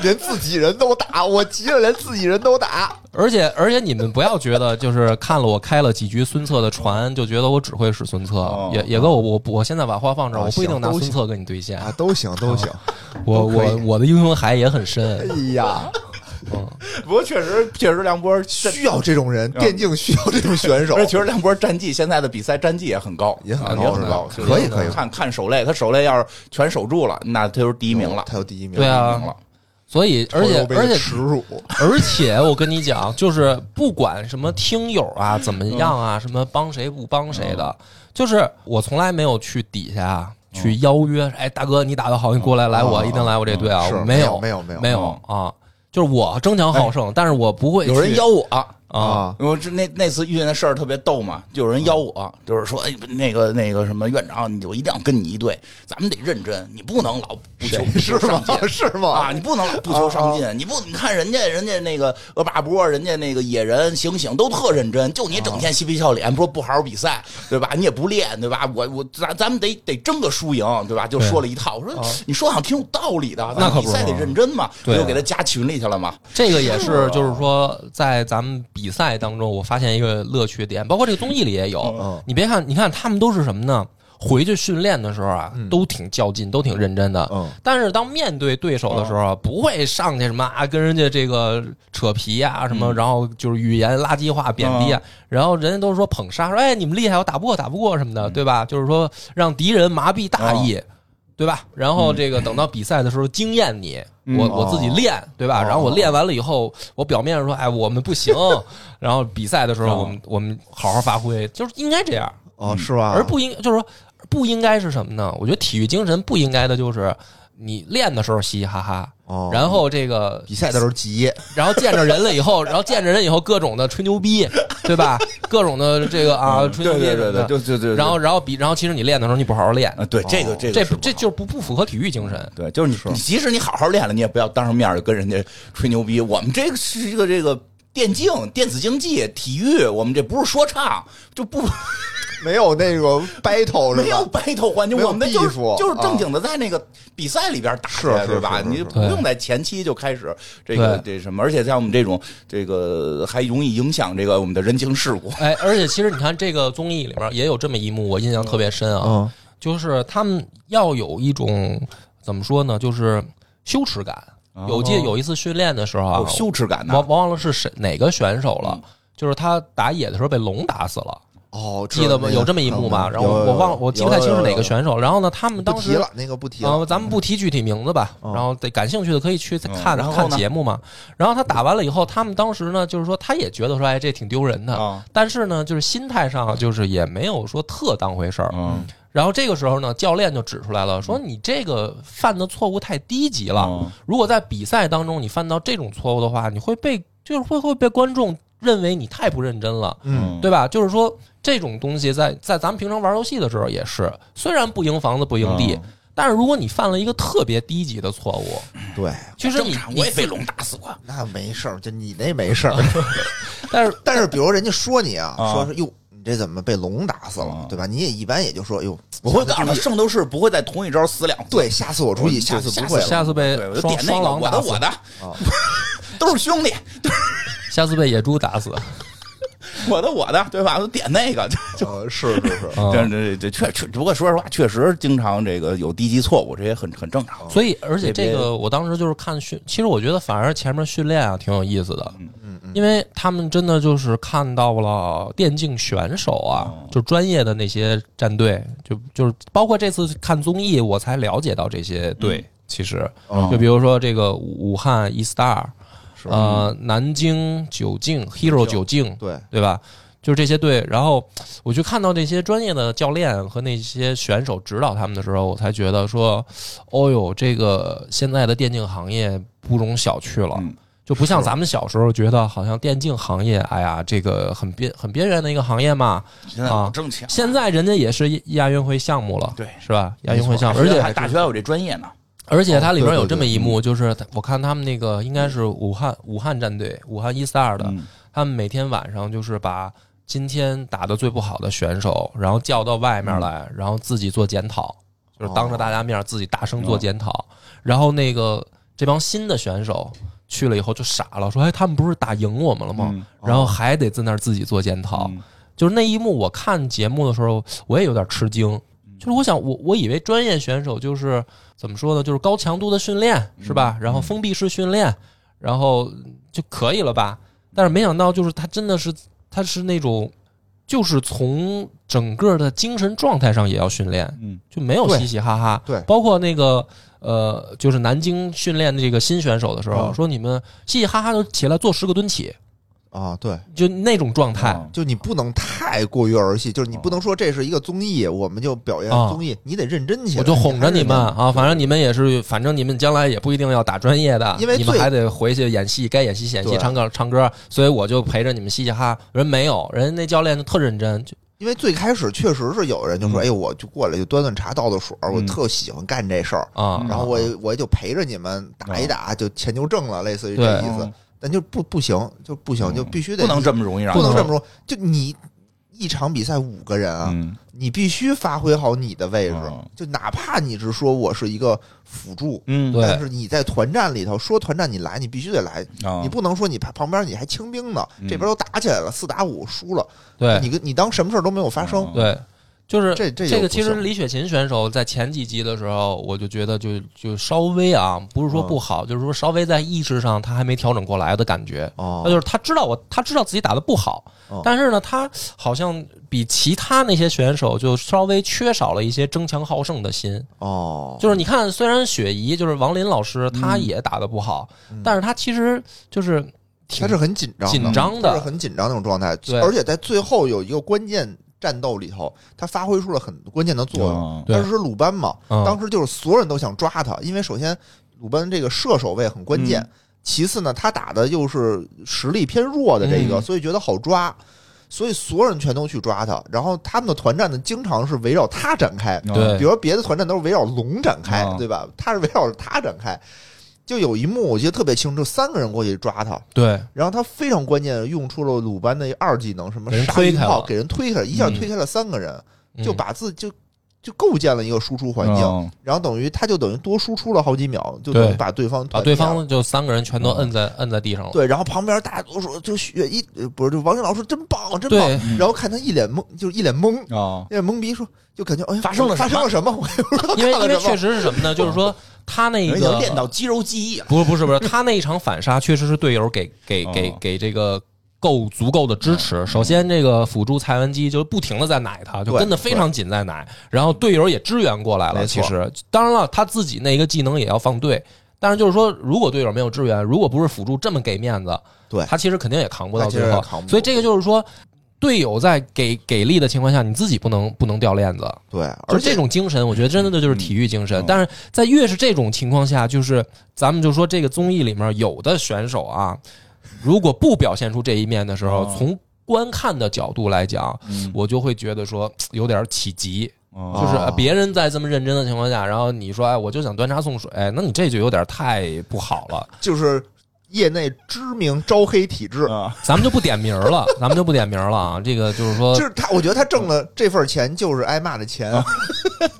C: 连自己人都打，我急了，连自己人都打。
A: 而且而且你们不要觉得就是看了我开了几局孙策的船，就觉得我只会使孙策
B: 哦。
A: 也也哥，我我不我现在把话放这儿，
C: 哦
A: 我不一定
C: 行
A: 拿
C: 都
A: 孙策跟你对线。
C: 啊，都行都行。
A: 我
C: 都可以
A: 我我的英雄海也很
C: 哎
A: 深。
C: 呀，
A: 嗯，
B: 不过确实确实梁波战
C: 需要这种人，电竞需要这种选手
B: 而。且其实梁波战绩现在的比赛战绩也很高，
C: 也很
B: 啊
C: 高是
B: 很
C: 吧
B: 高，
C: 可以
B: 就是
C: 可以
B: 看看守擂，他守擂要是全守住了，那他就是第一名了，
C: 他有第一名，
A: 对啊
B: 第一名了。
A: 所 以而且而且
C: 耻辱，
A: 而且我跟你讲，就是不管什么听友
C: 嗯
A: 啊，怎么样啊，什么帮谁不帮谁的，就是我从来没有去底下去邀约，哎，大哥你打得好，你过来来我，
C: 嗯
A: 一定来我这队啊，
C: 是
A: 我
C: 有
A: 有
C: 没
A: 没
C: 有没有嗯哎
A: 没有啊，就是我争强好胜，但是我不会
B: 有人
A: 去
B: 邀我，
A: 啊，
C: 啊！
B: 我这那那次遇见的事儿特别逗嘛，有人邀我，
A: 嗯
B: 就是说，哎，那个那个什么院长，你我一定要跟你一队，咱们得认真，你不能老不求不
C: 是
B: 求上
C: 吗
B: 进？
C: 是吗
B: 啊，？你不能老不求上
A: 啊
B: 进，你不你看人家人家那个恶霸波，人家那个野人醒醒都特认真，就你整天嬉皮笑脸，说不好好比赛，对吧？你也不练，对吧？我我咱咱们得得争个输赢，对吧？就
A: 对啊
B: 说了一套，我说你说好像挺有道理的，咱
A: 那可不
B: 比
A: 是
B: 赛得
A: 嘛
B: 认真嘛，我
A: 对啊
B: 就给他加群里去了嘛。
A: 这个也是，就是说，在咱们比赛当中，我发现一个乐趣点，包括这个综艺里也有
C: 嗯。
A: 你别看，你看他们都是什么呢？回去训练的时候啊，都挺较劲，都挺认真的。
C: 嗯
A: 但是当面对对手的时候啊，不会上去什么啊，跟人家这个扯皮啊什么，然后就是语言垃圾话、贬低啊，然后人家都说捧杀，说哎你们厉害，我打不过打不过什么的，对吧？就是说让敌人麻痹大意。对吧？然后这个等到比赛的时候惊艳你，我我自己练，对吧？然后我练完了以后，我表面上说，哎，我们不行，然后比赛的时候，我们我们好好发挥，就是应该这样，
C: 哦，是
B: 啊
C: 吧？
A: 而不应就是说不应该是什么呢？我觉得体育精神不应该的就是你练的时候嘻嘻哈哈，
C: 哦
A: 然后这个
C: 比赛的时候急，
A: 然后见着人了以后，然后见着人以后各种的吹牛逼，对吧？各种的这个啊
B: 嗯
A: 吹牛逼什么的，
B: 就就
A: 然后然后比然后其实你练的时候你不好好练，
B: 啊，对
C: 哦
B: 这个这
A: 这
B: 个
A: 这
B: 是不好
A: 就是不不符合体育精神。
B: 对，就是你你即使你好好练了，你也不要当着面儿跟人家吹牛逼。我们这个是一个这个电竞、电子竞技、体育，我们这不是说唱，就不
C: 没有那个 battle
B: 没
C: 是
B: 有
C: 吧？
B: battle 环节，
C: 没有
B: 我们的就是
C: beef，
B: 就是正
C: 啊
B: 经的在那个比赛里边打去，啊
C: 是是
B: 对吧？
C: 是是
B: 你
C: 是
B: 不用在前期就开始这个这什么，而且像我们这种这个还容易影响这个我们的人情世故。
A: 哎，而且其实你看这个综艺里面也有这么一幕，我印象特别深啊，
C: 嗯
A: 就是他们要有一种怎么说呢，就是羞耻感。有记得有一次训练的时候啊，
B: 有哦羞耻感
A: 忘
B: 呐，
A: 忘了是谁哪个选手了，
C: 嗯
A: 就是他打野的时候被龙打死了，
C: 哦，知道
A: 记得吗？
C: 那个
A: 有这么一幕吧？
C: 有
A: 然后
C: 有
A: 我
C: 有
A: 我忘了，
C: 有
A: 我记不太
C: 有有
A: 清是哪
C: 有
A: 个选手。然后呢，他们
C: 不
A: 当时
C: 提了，那个不提
A: 啊，
C: 了。
A: 咱们不提具体名字吧，
C: 嗯
A: 然后得感兴趣的可以去看
B: 然后
A: 看
B: 呢
A: 节目嘛。然后他打完了以后，他们当时呢，就是说他也觉得说，
C: 嗯
A: 哎，这挺丢人的
B: 啊，
A: 啊但是呢，就是心态上就是也没有说特当回事儿。
B: 嗯，
A: 然后这个时候呢，教练就指出来了，说你这个犯的错误太低级了。
B: 嗯
A: 如果在比赛当中你犯到这种错误的话，你会被就是会会被观众认为你太不认真了，
C: 嗯，
A: 对吧？就是说这种东西在在咱们平常玩游戏的时候也是，虽然不赢房子不赢地，
B: 嗯
A: 但是如果你犯了一个特别低级的错误，
C: 对，
A: 其实
B: 正
A: 你
B: 常
A: 你
B: 我也
A: 自
B: 被龙打死过，
C: 那没事儿，就你那没事儿。
A: 但是
C: 但是，比如人家说你啊，
B: 啊
C: 说是哟，你这怎么被龙打死了
B: 啊，
C: 对吧？你也一般也就说哟，
B: 我会告诉他，圣斗士不会再同一招死两次。
C: 对，下次我注意，下次不会了。
A: 下次被
B: 对，我就
A: 呃双
B: 点那
A: 双
B: 个
A: 狼
B: 我
A: 打
B: 的
A: 死，
B: 我的
C: 啊，
B: 都是兄弟，
A: 下次被野猪打死，
B: 我的我的，对吧？我就点那个，
C: 呃，是是是，
A: 嗯
B: 这这这确确，不过说实话，确实经常这个有低级错误，这也很很正常。
A: 所以，而且
B: 这
A: 这
B: 边
A: 个我当时就是看训，其实我觉得反而前面训练啊挺有意思的，嗯嗯，因为他们真的就是看到了电竞选手啊，就专业的那些战队，就就是包括这次看综艺，我才了解到这些队。其实，
C: 哦
B: 嗯
A: 就比如说这个武汉 E Star，呃，南京九境 Hero 九境，
C: 对，
A: 对吧？就是这些队，然后我去看到这些专业的教练和那些选手指导他们的时候，我才觉得说，哦呦，这个现在的电竞行业不容小觑了，
B: 嗯
A: 就不像咱们小时候觉得好像电竞行业，哎呀，这个很边很边缘的一个行业嘛。
B: 现在
A: 啊
B: 我挣钱，
A: 现在人家也是亚运会项目了，
B: 对
A: 是吧？亚运会项目，而
B: 大学
A: 且
B: 还大学还有这专业呢。
A: 而且它里面有
C: 哦对对对
A: 这么一幕，就是我看他们那个应该是武汉武汉战队，武汉一四二的，
B: 嗯
A: 他们每天晚上就是把今天打的最不好的选手，然后叫到外面来，然后自己做检讨，就是当着大家面自己大声做检讨。然后那个这帮新的选手去了以后就傻了，说：“哎，他们不是打赢我们了吗？”
B: 嗯
A: 然后还得在那儿自己做检讨。
B: 嗯
A: 就是那一幕，我看节目的时候，我也有点吃惊。
C: 嗯
A: 就是我想，我我以为专业选手就是怎么说呢，就是高强度的训练
C: 嗯
A: 是吧？然后封闭式训练，然后就可以了吧？但是没想到，就是他真的是他是那种，就是从整个的精神状态上也要训练，
B: 嗯，
A: 就没有
C: 对
A: 嘻嘻哈哈。
C: 对
A: 包括那个呃，就是南京训练这个新选手的时候，
C: 嗯
A: 说你们嘻嘻哈哈就起来做十个蹲起，
C: 啊，对，
A: 就那种状态。
B: 啊
C: 就你不能太过于儿戏，就是你不能说这是一个综艺，我们就表演
A: 啊
C: 综艺，你得认真起来。
A: 我就哄着你们
C: 还是得，
A: 啊，反正你们也是，反正你们将来也不一定要打专业的，
C: 因为
A: 你们
C: 最
A: 还得回去演戏，该演戏演戏，
C: 对
A: 唱歌唱歌，所以我就陪着你们嘻嘻哈。哈。人没有，人家那教练就特认真，就
C: 因为最开始确实是有人就说，
A: 嗯
C: 哎，我就过来就端端茶倒倒水，我
B: 嗯
C: 特喜欢干这事儿，
A: 啊，
B: 嗯
C: 然后我也我也就陪着你们打一打，就钱就挣了，类似于这
A: 对
C: 意思
B: 嗯。
C: 但就不不行，就不行，就必须得
B: 不能这么容易让
C: 不能
B: 人
C: 这么说，就你一场比赛五个人啊，
B: 嗯
C: 你必须发挥好你的位置，
B: 嗯
C: 就哪怕你是说我是一个辅助。
B: 嗯
A: 对
C: 但是你在团战里头说团战你来，你必须得来，
A: 嗯
B: 啊
C: 你不能说你旁旁边你还清兵呢，
B: 嗯
C: 这边都打起来了，四打五输了，
A: 对
C: 你跟你当什么事儿都没有发生
B: 嗯，
A: 对，就是
C: 这这
A: 这
C: 有
A: 个
C: 不
A: 其实
C: 行
A: 李雪琴选手在前几集的时候，我就觉得就就稍微啊，不是说
C: 嗯
A: 不好，就是说稍微在意识上他还没调整过来的感觉。
C: 哦
A: 那就是他知道我，他知道自己打的不好，
C: 哦
A: 但是呢，他好像比其他那些选手就稍微缺少了一些争强好胜的心。
C: 哦，
A: 就是你看，虽然雪姨就是王林老师，她也打的不好，但是她其实就是挺
C: 他嗯是很紧张的，
A: 紧张的
C: 他是很紧张那种状态
A: 对，
C: 而且在最后有一个关键战斗里头，他发挥出了很关键的作
B: 哦
C: 用。
A: 嗯对
C: 当时是鲁班嘛，
A: 嗯
C: 当时就是所有人都想抓他，因为首先鲁班这个射手位很关键
B: 嗯，
C: 其次呢，他打的又是实力偏弱的这一个，
A: 嗯
C: 所以觉得好抓。所以所有人全都去抓他，然后他们的团战呢，经常是围绕他展开，
A: 对嗯
C: 比如说别的团战都是围绕龙展开，
B: 啊
C: 对吧？他是围绕着他展开。就有一幕我记得特别清楚，三个人过去抓他，
A: 对
C: 然后他非常关键地用出了鲁班的二技能，什么
A: 给人
C: 杀
A: 推
C: 一
A: 开
C: 炮
A: 了
C: 给人推开了，一下
A: 嗯
C: 推开了三个人，
A: 嗯
C: 就把自己就就构建了一个输出环境，
B: 嗯
C: 然后等于他就等于多输出了好几秒，就等于
A: 对
C: 把对方
A: 把
C: 团
A: 对
C: 灭了
A: 方嗯就三个人全都摁在摁在地上了。
C: 对，然后旁边大家都说就雪一呃不是就王云老师真棒真棒
A: 对，
C: 然后看他一脸懵，就是一脸懵，
A: 哦
B: 啊
C: 一脸懵逼说就感觉哎呀
B: 发生了
C: 发生了什么，我也不知道
A: 因为
C: 干了
A: 因为
C: 什么
A: 确实是什么呢？就是说他那
B: 人已
A: 个
B: 经练到肌肉记忆了。
A: 不是不是不是，他那一场反杀确实是队友给给给
B: 哦嗯
A: 给这个够足够的支持。首先，这个辅助蔡文姬就不停的在奶他，就
C: 对
A: 跟的非常紧在奶，然后队友也支援过来了。
C: 没
A: 其
C: 错
A: 实，当然了，他自己那个技能也要放对。但是就是说，如果队友没有支援，如果不是辅助这么给面子，
C: 对
A: 他其实肯定也扛不到
C: 他其实
A: 最后
C: 也扛不。住
A: 所以这个就是说，队友在给给力的情况下，你自己不能不能掉链子，就
C: 对，
A: 这
C: 而且
A: 种精神，我觉得真的就是体育精神。
B: 嗯
A: 但是在越是这种情况下，就是咱们就说这个综艺里面有的选手啊，如果不表现出这一面的时候，
C: 嗯
B: 哦
A: 从观看的角度来讲，
B: 嗯
A: 我就会觉得说有点起急，
B: 哦
A: 就是呃
C: 哦
A: 别人在这么认真的情况下，然后你说哎，我就想端茶送水，那你这就有点太不好了。
C: 就是业内知名招黑体制，
B: 啊，
A: 咱们就不点名了，咱们就不点名了啊。这个就是说
C: 就，是他，我觉得他挣了这份钱就是挨骂的钱，
A: 嗯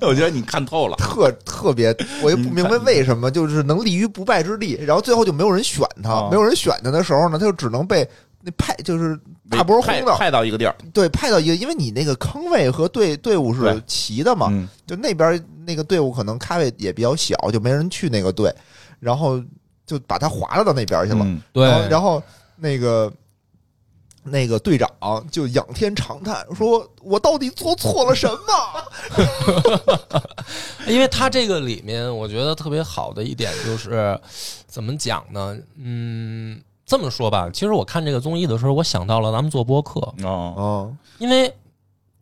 B: 我觉得你看透了。
C: 特特别，我也不明白为什么，就是能立于不败之地，然后最后就没有人选他
A: 嗯
B: 哦，
C: 没有人选他的时候呢，他就只能被那派，就是大波轰
B: 派
C: 的，
B: 派到一个地儿，
C: 对，派到一个，因为你那个坑位和队队伍是
B: 对
C: 齐的嘛，
B: 嗯
C: 就那边那个队伍可能咖位也比较小，就没人去那个队，然后就把他划拉到那边去了，
B: 嗯
A: 对，
C: 然后然后那个。那个队长就仰天长叹，说：“我到底做错了什么
A: 因为他这个里面，我觉得特别好的一点就是，怎么讲呢？嗯，这么说吧，其实我看这个综艺的时候，我想到了咱们做播客，
B: 哦？”，
C: 哦，
A: 因为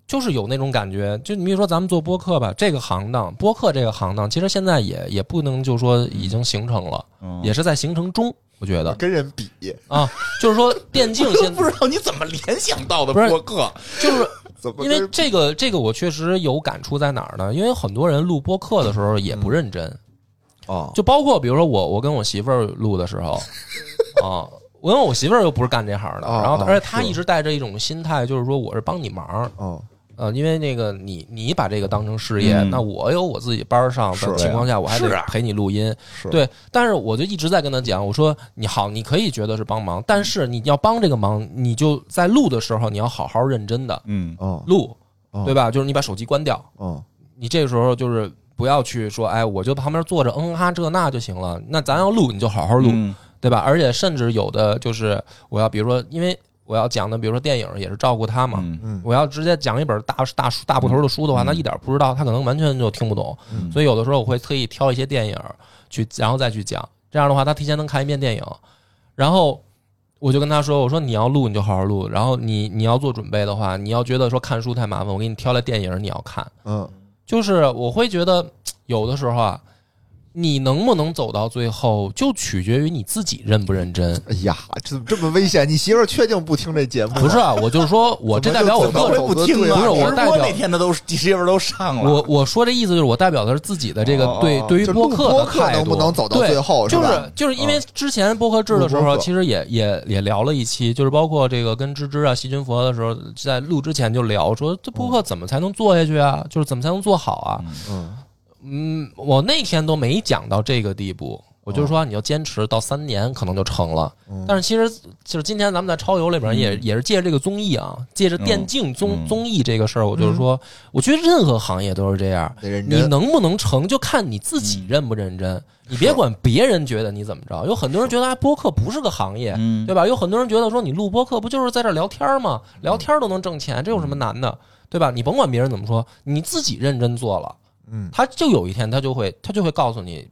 A: 就是有那种感觉，就你比如说咱们做播客吧，这个行当，播客这个行当，其实现在也也不能就说已经形成了，
B: 嗯
A: 也是在形成中，我觉得
C: 跟人比，
A: 啊，就是说电竞
B: 我都
A: 现
B: 不知道你怎么联想到的
A: 不是
B: 播客，
A: 就是
C: 怎么
A: 因
C: 跟
A: 为
C: 人比
A: 这个这个我确实有感触在哪儿呢？因为很多人录播客的时候也不认真。
C: 哦，
A: 就包括比如说我，我跟我媳妇儿录的时 候，啊，我因为我媳妇儿又不是干这行的，
C: 哦
A: 然后
C: 哦
A: 而且她
C: 是
A: 一直带着一种心态，就是说我是帮你忙，
C: 哦，
A: 呃，因为那个你你把这个当成事业，
B: 嗯
A: 那我有我自己班儿上
C: 是
A: 的情况下，我还得
B: 是啊
A: 陪你录音，
C: 是
A: 对。但是我就一直在跟她讲，我说你好，你可以觉得是帮忙，但是你要帮这个忙，你就在录的时候你要好好认真的
B: 嗯
C: 哦
A: 录，
C: 哦
A: 对吧？就是你把手机关掉，
C: 哦
A: 你这时候就是不要去说，哎，我就旁边坐着，嗯哈这那就行了。那咱要录，你就好好录，
B: 嗯
A: 对吧？而且甚至有的就是我要，比如说，因为我要讲的，比如说电影也是照顾他嘛。
B: 嗯
C: 嗯
A: 我要直接讲一本大大书大部头的书的话，他一点不知道，他可能完全就听不懂。
B: 嗯
A: 所以有的时候我会特意挑一些电影去，然后再去讲。这样的话，他提前能看一遍电影。然后我就跟他说：“我说你要录你就好好录，然后你你要做准备的话，你要觉得说看书太麻烦，我给你挑了电影你要看。”
C: 嗯
A: 就是我会觉得有的时候啊，你能不能走到最后，就取决于你自己认不认真。
C: 哎呀，这怎么这么危险？你媳妇儿确定不听这节目？
A: 不是，啊，我就是 说我这代表我
C: 怎么
A: 个人，
C: 就走
B: 不听
C: 不是
B: 啊！
A: 我
B: 直
A: 代
B: 播
A: 表
B: 那天他都媳妇儿都上了，
A: 我我说这意思就是我代表的是自己的这个
C: 哦
A: 对
C: 哦
A: 对于
C: 就
A: 播
C: 录
A: 客
C: 播
A: 的
C: 客
A: 态度，
C: 能不能走到
A: 对
C: 最后是
A: 就
C: 吧嗯
A: 是就是因为之前播客制的时
C: 录播
A: 候，
C: 客
A: 其实也也也聊了一期，就是包括这个跟芝芝啊、细菌佛的时候，在录之前就聊说这播客怎么才能做下去啊，就是怎么才能做好啊。
C: 嗯
A: 嗯，我那天都没讲到这个地步，我就说你要坚持到三年可能就成了。
C: 嗯
A: 但是其实就是今天咱们在超游里边也、也是借着这个综艺啊，借着电竞综、
B: 嗯
A: 综艺这个事儿，我就是说，
C: 嗯
A: 我觉得任何行业都是这样，
C: 得认
A: 你
C: 真
A: 能不能成就看你自己认不认真，你别管别人觉得你怎么着。有很多人觉得哎，播客不是个行业，
B: 嗯
A: 对吧？有很多人觉得说你录播客不就是在这儿聊天儿吗？聊天儿都能挣钱，这有什么难的，对吧？你甭管别人怎么说，你自己认真做了，
C: 嗯
A: 他就有一天他就会他就会告诉你，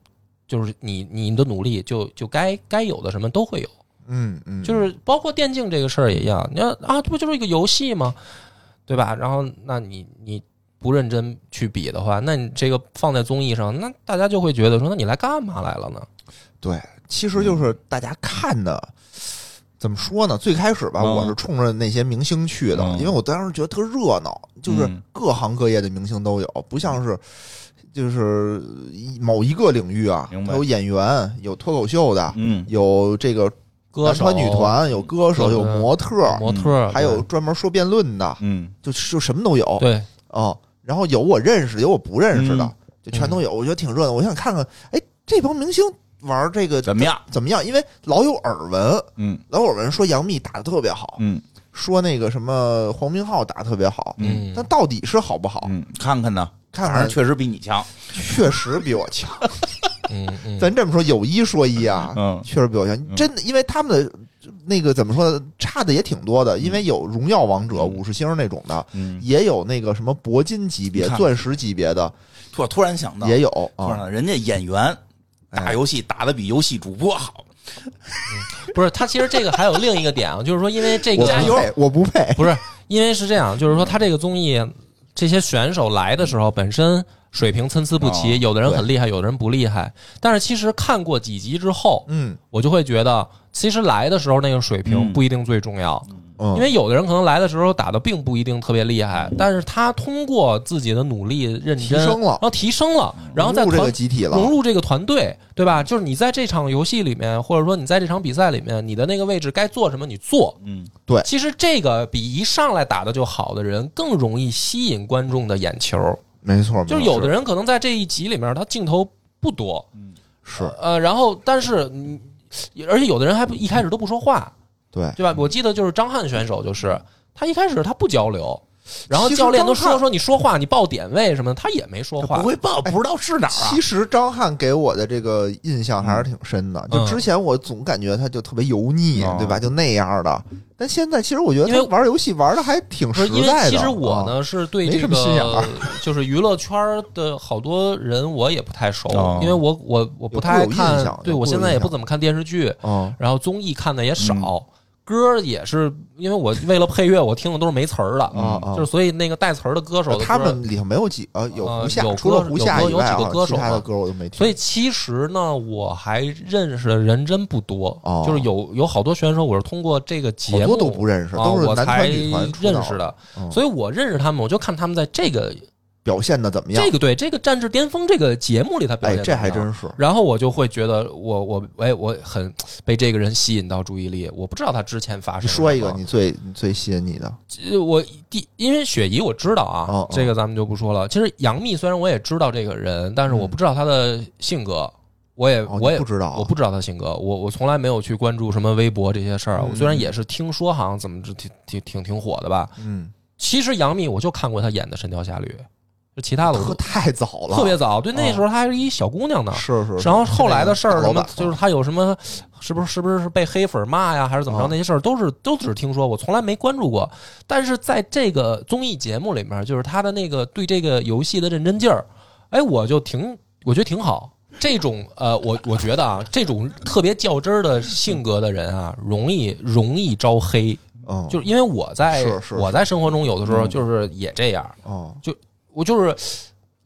A: 就是你你的努力就就该该有的什么都会有。
C: 嗯嗯，
A: 就是包括电竞这个事儿也一样，你看啊，这不就是一个游戏吗？对吧？然后，那你你不认真去比的话，那你这个放在综艺上，那大家就会觉得说，那你来干嘛来了呢？
C: 对，其实就是大家看的。怎么说呢？最开始吧，
B: 嗯
C: 我是冲着那些明星去的，
B: 嗯
C: 因为我当时觉得特热闹，就是
B: 嗯
C: 各行各业的明星都有，不像是就是一某一个领域啊
B: 明，白
C: 它有演员，有脱口秀的，
B: 嗯
C: 有这个
A: 歌
C: 男
A: 手、
C: 团、女、团，有歌手，
A: 对
C: 有
A: 对
C: 模特儿，
A: 模特儿，
C: 还有专门说辩论的，
B: 嗯
C: 就就什么都有啊、
A: 对
C: 哦然后有我认识的，有我不认识的，
B: 嗯
C: 就全都有。我觉得挺热闹，我想看看，哎，这帮明星玩这个
B: 怎么样？
C: 怎么样？因为老有耳闻，
B: 嗯
C: 老有耳闻说杨幂打的特别好，
B: 嗯
C: 说那个什么黄明昊打的特别好，
A: 嗯
C: 但到底是好不好？
B: 嗯，看看呢，
C: 看
B: 反
C: 看
B: 正确实比你强，
C: 确实比我强。
A: 嗯嗯，
C: 咱这么说，有一说一啊，
B: 嗯
C: 确实比我强。真的，因为他们的那个怎么说呢，差的也挺多的，因为有荣耀王者、
B: 嗯
C: 五十星那种的，
B: 嗯，
C: 也有那个什么铂金级别
B: 你、看
C: 钻石级别的，
B: 我突然想到，
C: 也
B: 突
C: 有啊。
B: 然想到人家演员打游戏打的比游戏主播好，
C: 哎
A: 不是他，其实这个还有另一个点啊，就是说，因为这个
C: 我不配，我不配。
A: 不是因为是这样，就是说他这个综艺，这些选手来的时候本身水平参差不齐，
B: 哦
A: 有的人很厉害，有的人不厉害。但是其实看过几集之后，
C: 嗯
A: 我就会觉得，其实来的时候那个水平
B: 嗯
A: 不一定最重要，
C: 嗯，
A: 因为有的人可能来的时候打的并不一定特别厉害，但是他通过自己的努力认真，
C: 提升了
A: 然
C: 嗯
A: 后提升了，然后在
C: 融入这
A: 团
C: 个集体了，
A: 融入这个团队，对吧？就是你在这场游戏里面，或者说你在这场比赛里面，你的那个位置该做什么，你做。
B: 嗯，
C: 对
A: 其实这个比一上来打的就好的人更容易吸引观众的眼球。
C: 没错，
A: 就是
C: 没错
A: 有的人可能在这一集里面他镜头不多，
C: 是
A: 呃，然后但是你，而且有的人还不一开始都不说话，
C: 对，
A: 对吧？我记得就是张翰选手，就是他一开始他不交流，然后
C: 其实
A: 教练都
C: 张
A: 说
C: 翰
A: 说你说话，你报点位什么的，他也没说话
B: 不。会报，不知道是哪儿啊
C: 其？实张翰给我的这个印象还是挺深的，就
A: 嗯
C: 之前我总感觉他就特别油腻，
B: 哦
C: 对吧？就那样的。但现在其实我觉得
A: 因为
C: 他玩游戏玩的还挺
A: 不是
C: 实
A: 因为
C: 在的。
A: 其实我
C: 啊，
A: 呢是对
C: 没
A: 这
C: 什么心眼
A: 个
C: 儿
A: 就是娱乐圈的好多人我也不太熟
B: 哦，
A: 因为我我我不太
C: 有
A: 爱
C: 固有印
A: 看
C: 象，
A: 对
C: 有
A: 我
C: 固有
A: 现在也
C: 印
A: 不
C: 象
A: 怎么看电视剧，
C: 嗯，
A: 然后综艺看的也少，歌儿也是因为我为了配乐我听的都是没词儿的，
C: 啊啊
A: 嗯就是所以那个带词儿的歌手的歌
C: 他们里头没有几呃有
A: 呃
C: 胡夏
A: 有，歌
C: 除了胡夏以外
A: 有歌有几
C: 啊
A: 个歌，手
C: 其他的
A: 嘛
C: 歌我都没听。
A: 所以其实呢，我还认识的人真不多，
C: 哦
A: 就是有有好多选手，我是通过这个节
C: 好
A: 目
C: 多都不认识，
A: 啊
C: 都是
A: 我
C: 男
A: 才
C: 团女团出道
A: 认识的，
C: 嗯
A: 所以我认识他们，我就看他们在这个
C: 表现的怎么样
A: 这？个对这个战至巅峰这个节目里他表
C: 哎，
A: 现，
C: 这还真。是。
A: 然后我就会觉得我我哎我很被这个人吸引到注意力，我不知道他之前发
C: 你
A: 生了
C: 说一个
A: 什么
C: 你最你最吸引你的
A: 呃我第因为雪姨我知道啊，
C: 哦哦
A: 这个咱们就不说了。其实杨幂虽然我也知道这个人，但是我不知道她的性格，我也、
C: 哦你
A: 我也
C: 不知道啊
A: 我不知道她性格，我我从来没有去关注什么微博这些事儿。啊
C: 嗯
A: 我虽然也是听说好像怎么着挺挺挺挺火的吧，
C: 嗯，
A: 其实杨幂我就看过她演的《神雕侠侣》，就其他的我
C: 特
A: 都
C: 太早了，
A: 特别早，对，
C: 哦
A: 那时候她还是一小姑娘呢。
C: 是是。
A: 然后后来的事儿，什
C: 老
A: 么
C: 板
A: 就是她有什么，是不是是不是被黑粉骂呀，还是怎么着？
C: 啊
A: 那些事儿都是都只是听说，我从来没关注过。但是在这个综艺节目里面，就是她的那个对这个游戏的认真劲儿，哎，我就挺我觉得挺好。这种呃，我我觉得啊，这种特别较真儿的性格的人啊，容易容易招黑。
C: 嗯，
A: 就是因为我在
C: 是嗯是
A: 我在生活中有的时候就是也这样，
C: 哦
A: 我就是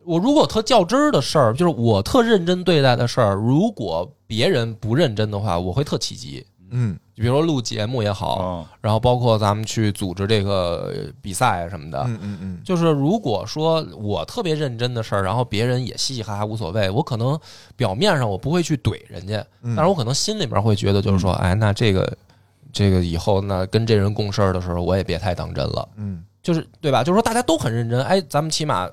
A: 我，如果特较真儿的事儿，就是我特认真对待的事儿，如果别人不认真的话，我会特起急。
C: 嗯
A: 就比如说录节目也好，
B: 哦
A: 然后包括咱们去组织这个呃比赛啊什么的，
C: 嗯嗯嗯，
A: 就是如果说我特别认真的事儿，然后别人也嘻嘻哈哈无所谓，我可能表面上我不会去怼人家，
C: 嗯
A: 但是我可能心里面会觉得就是说，哎，那这个这个以后那跟这人共事儿的时候，我也别太当真了。
C: 嗯
A: 就是对吧？就是说大家都很认真，哎，咱们起码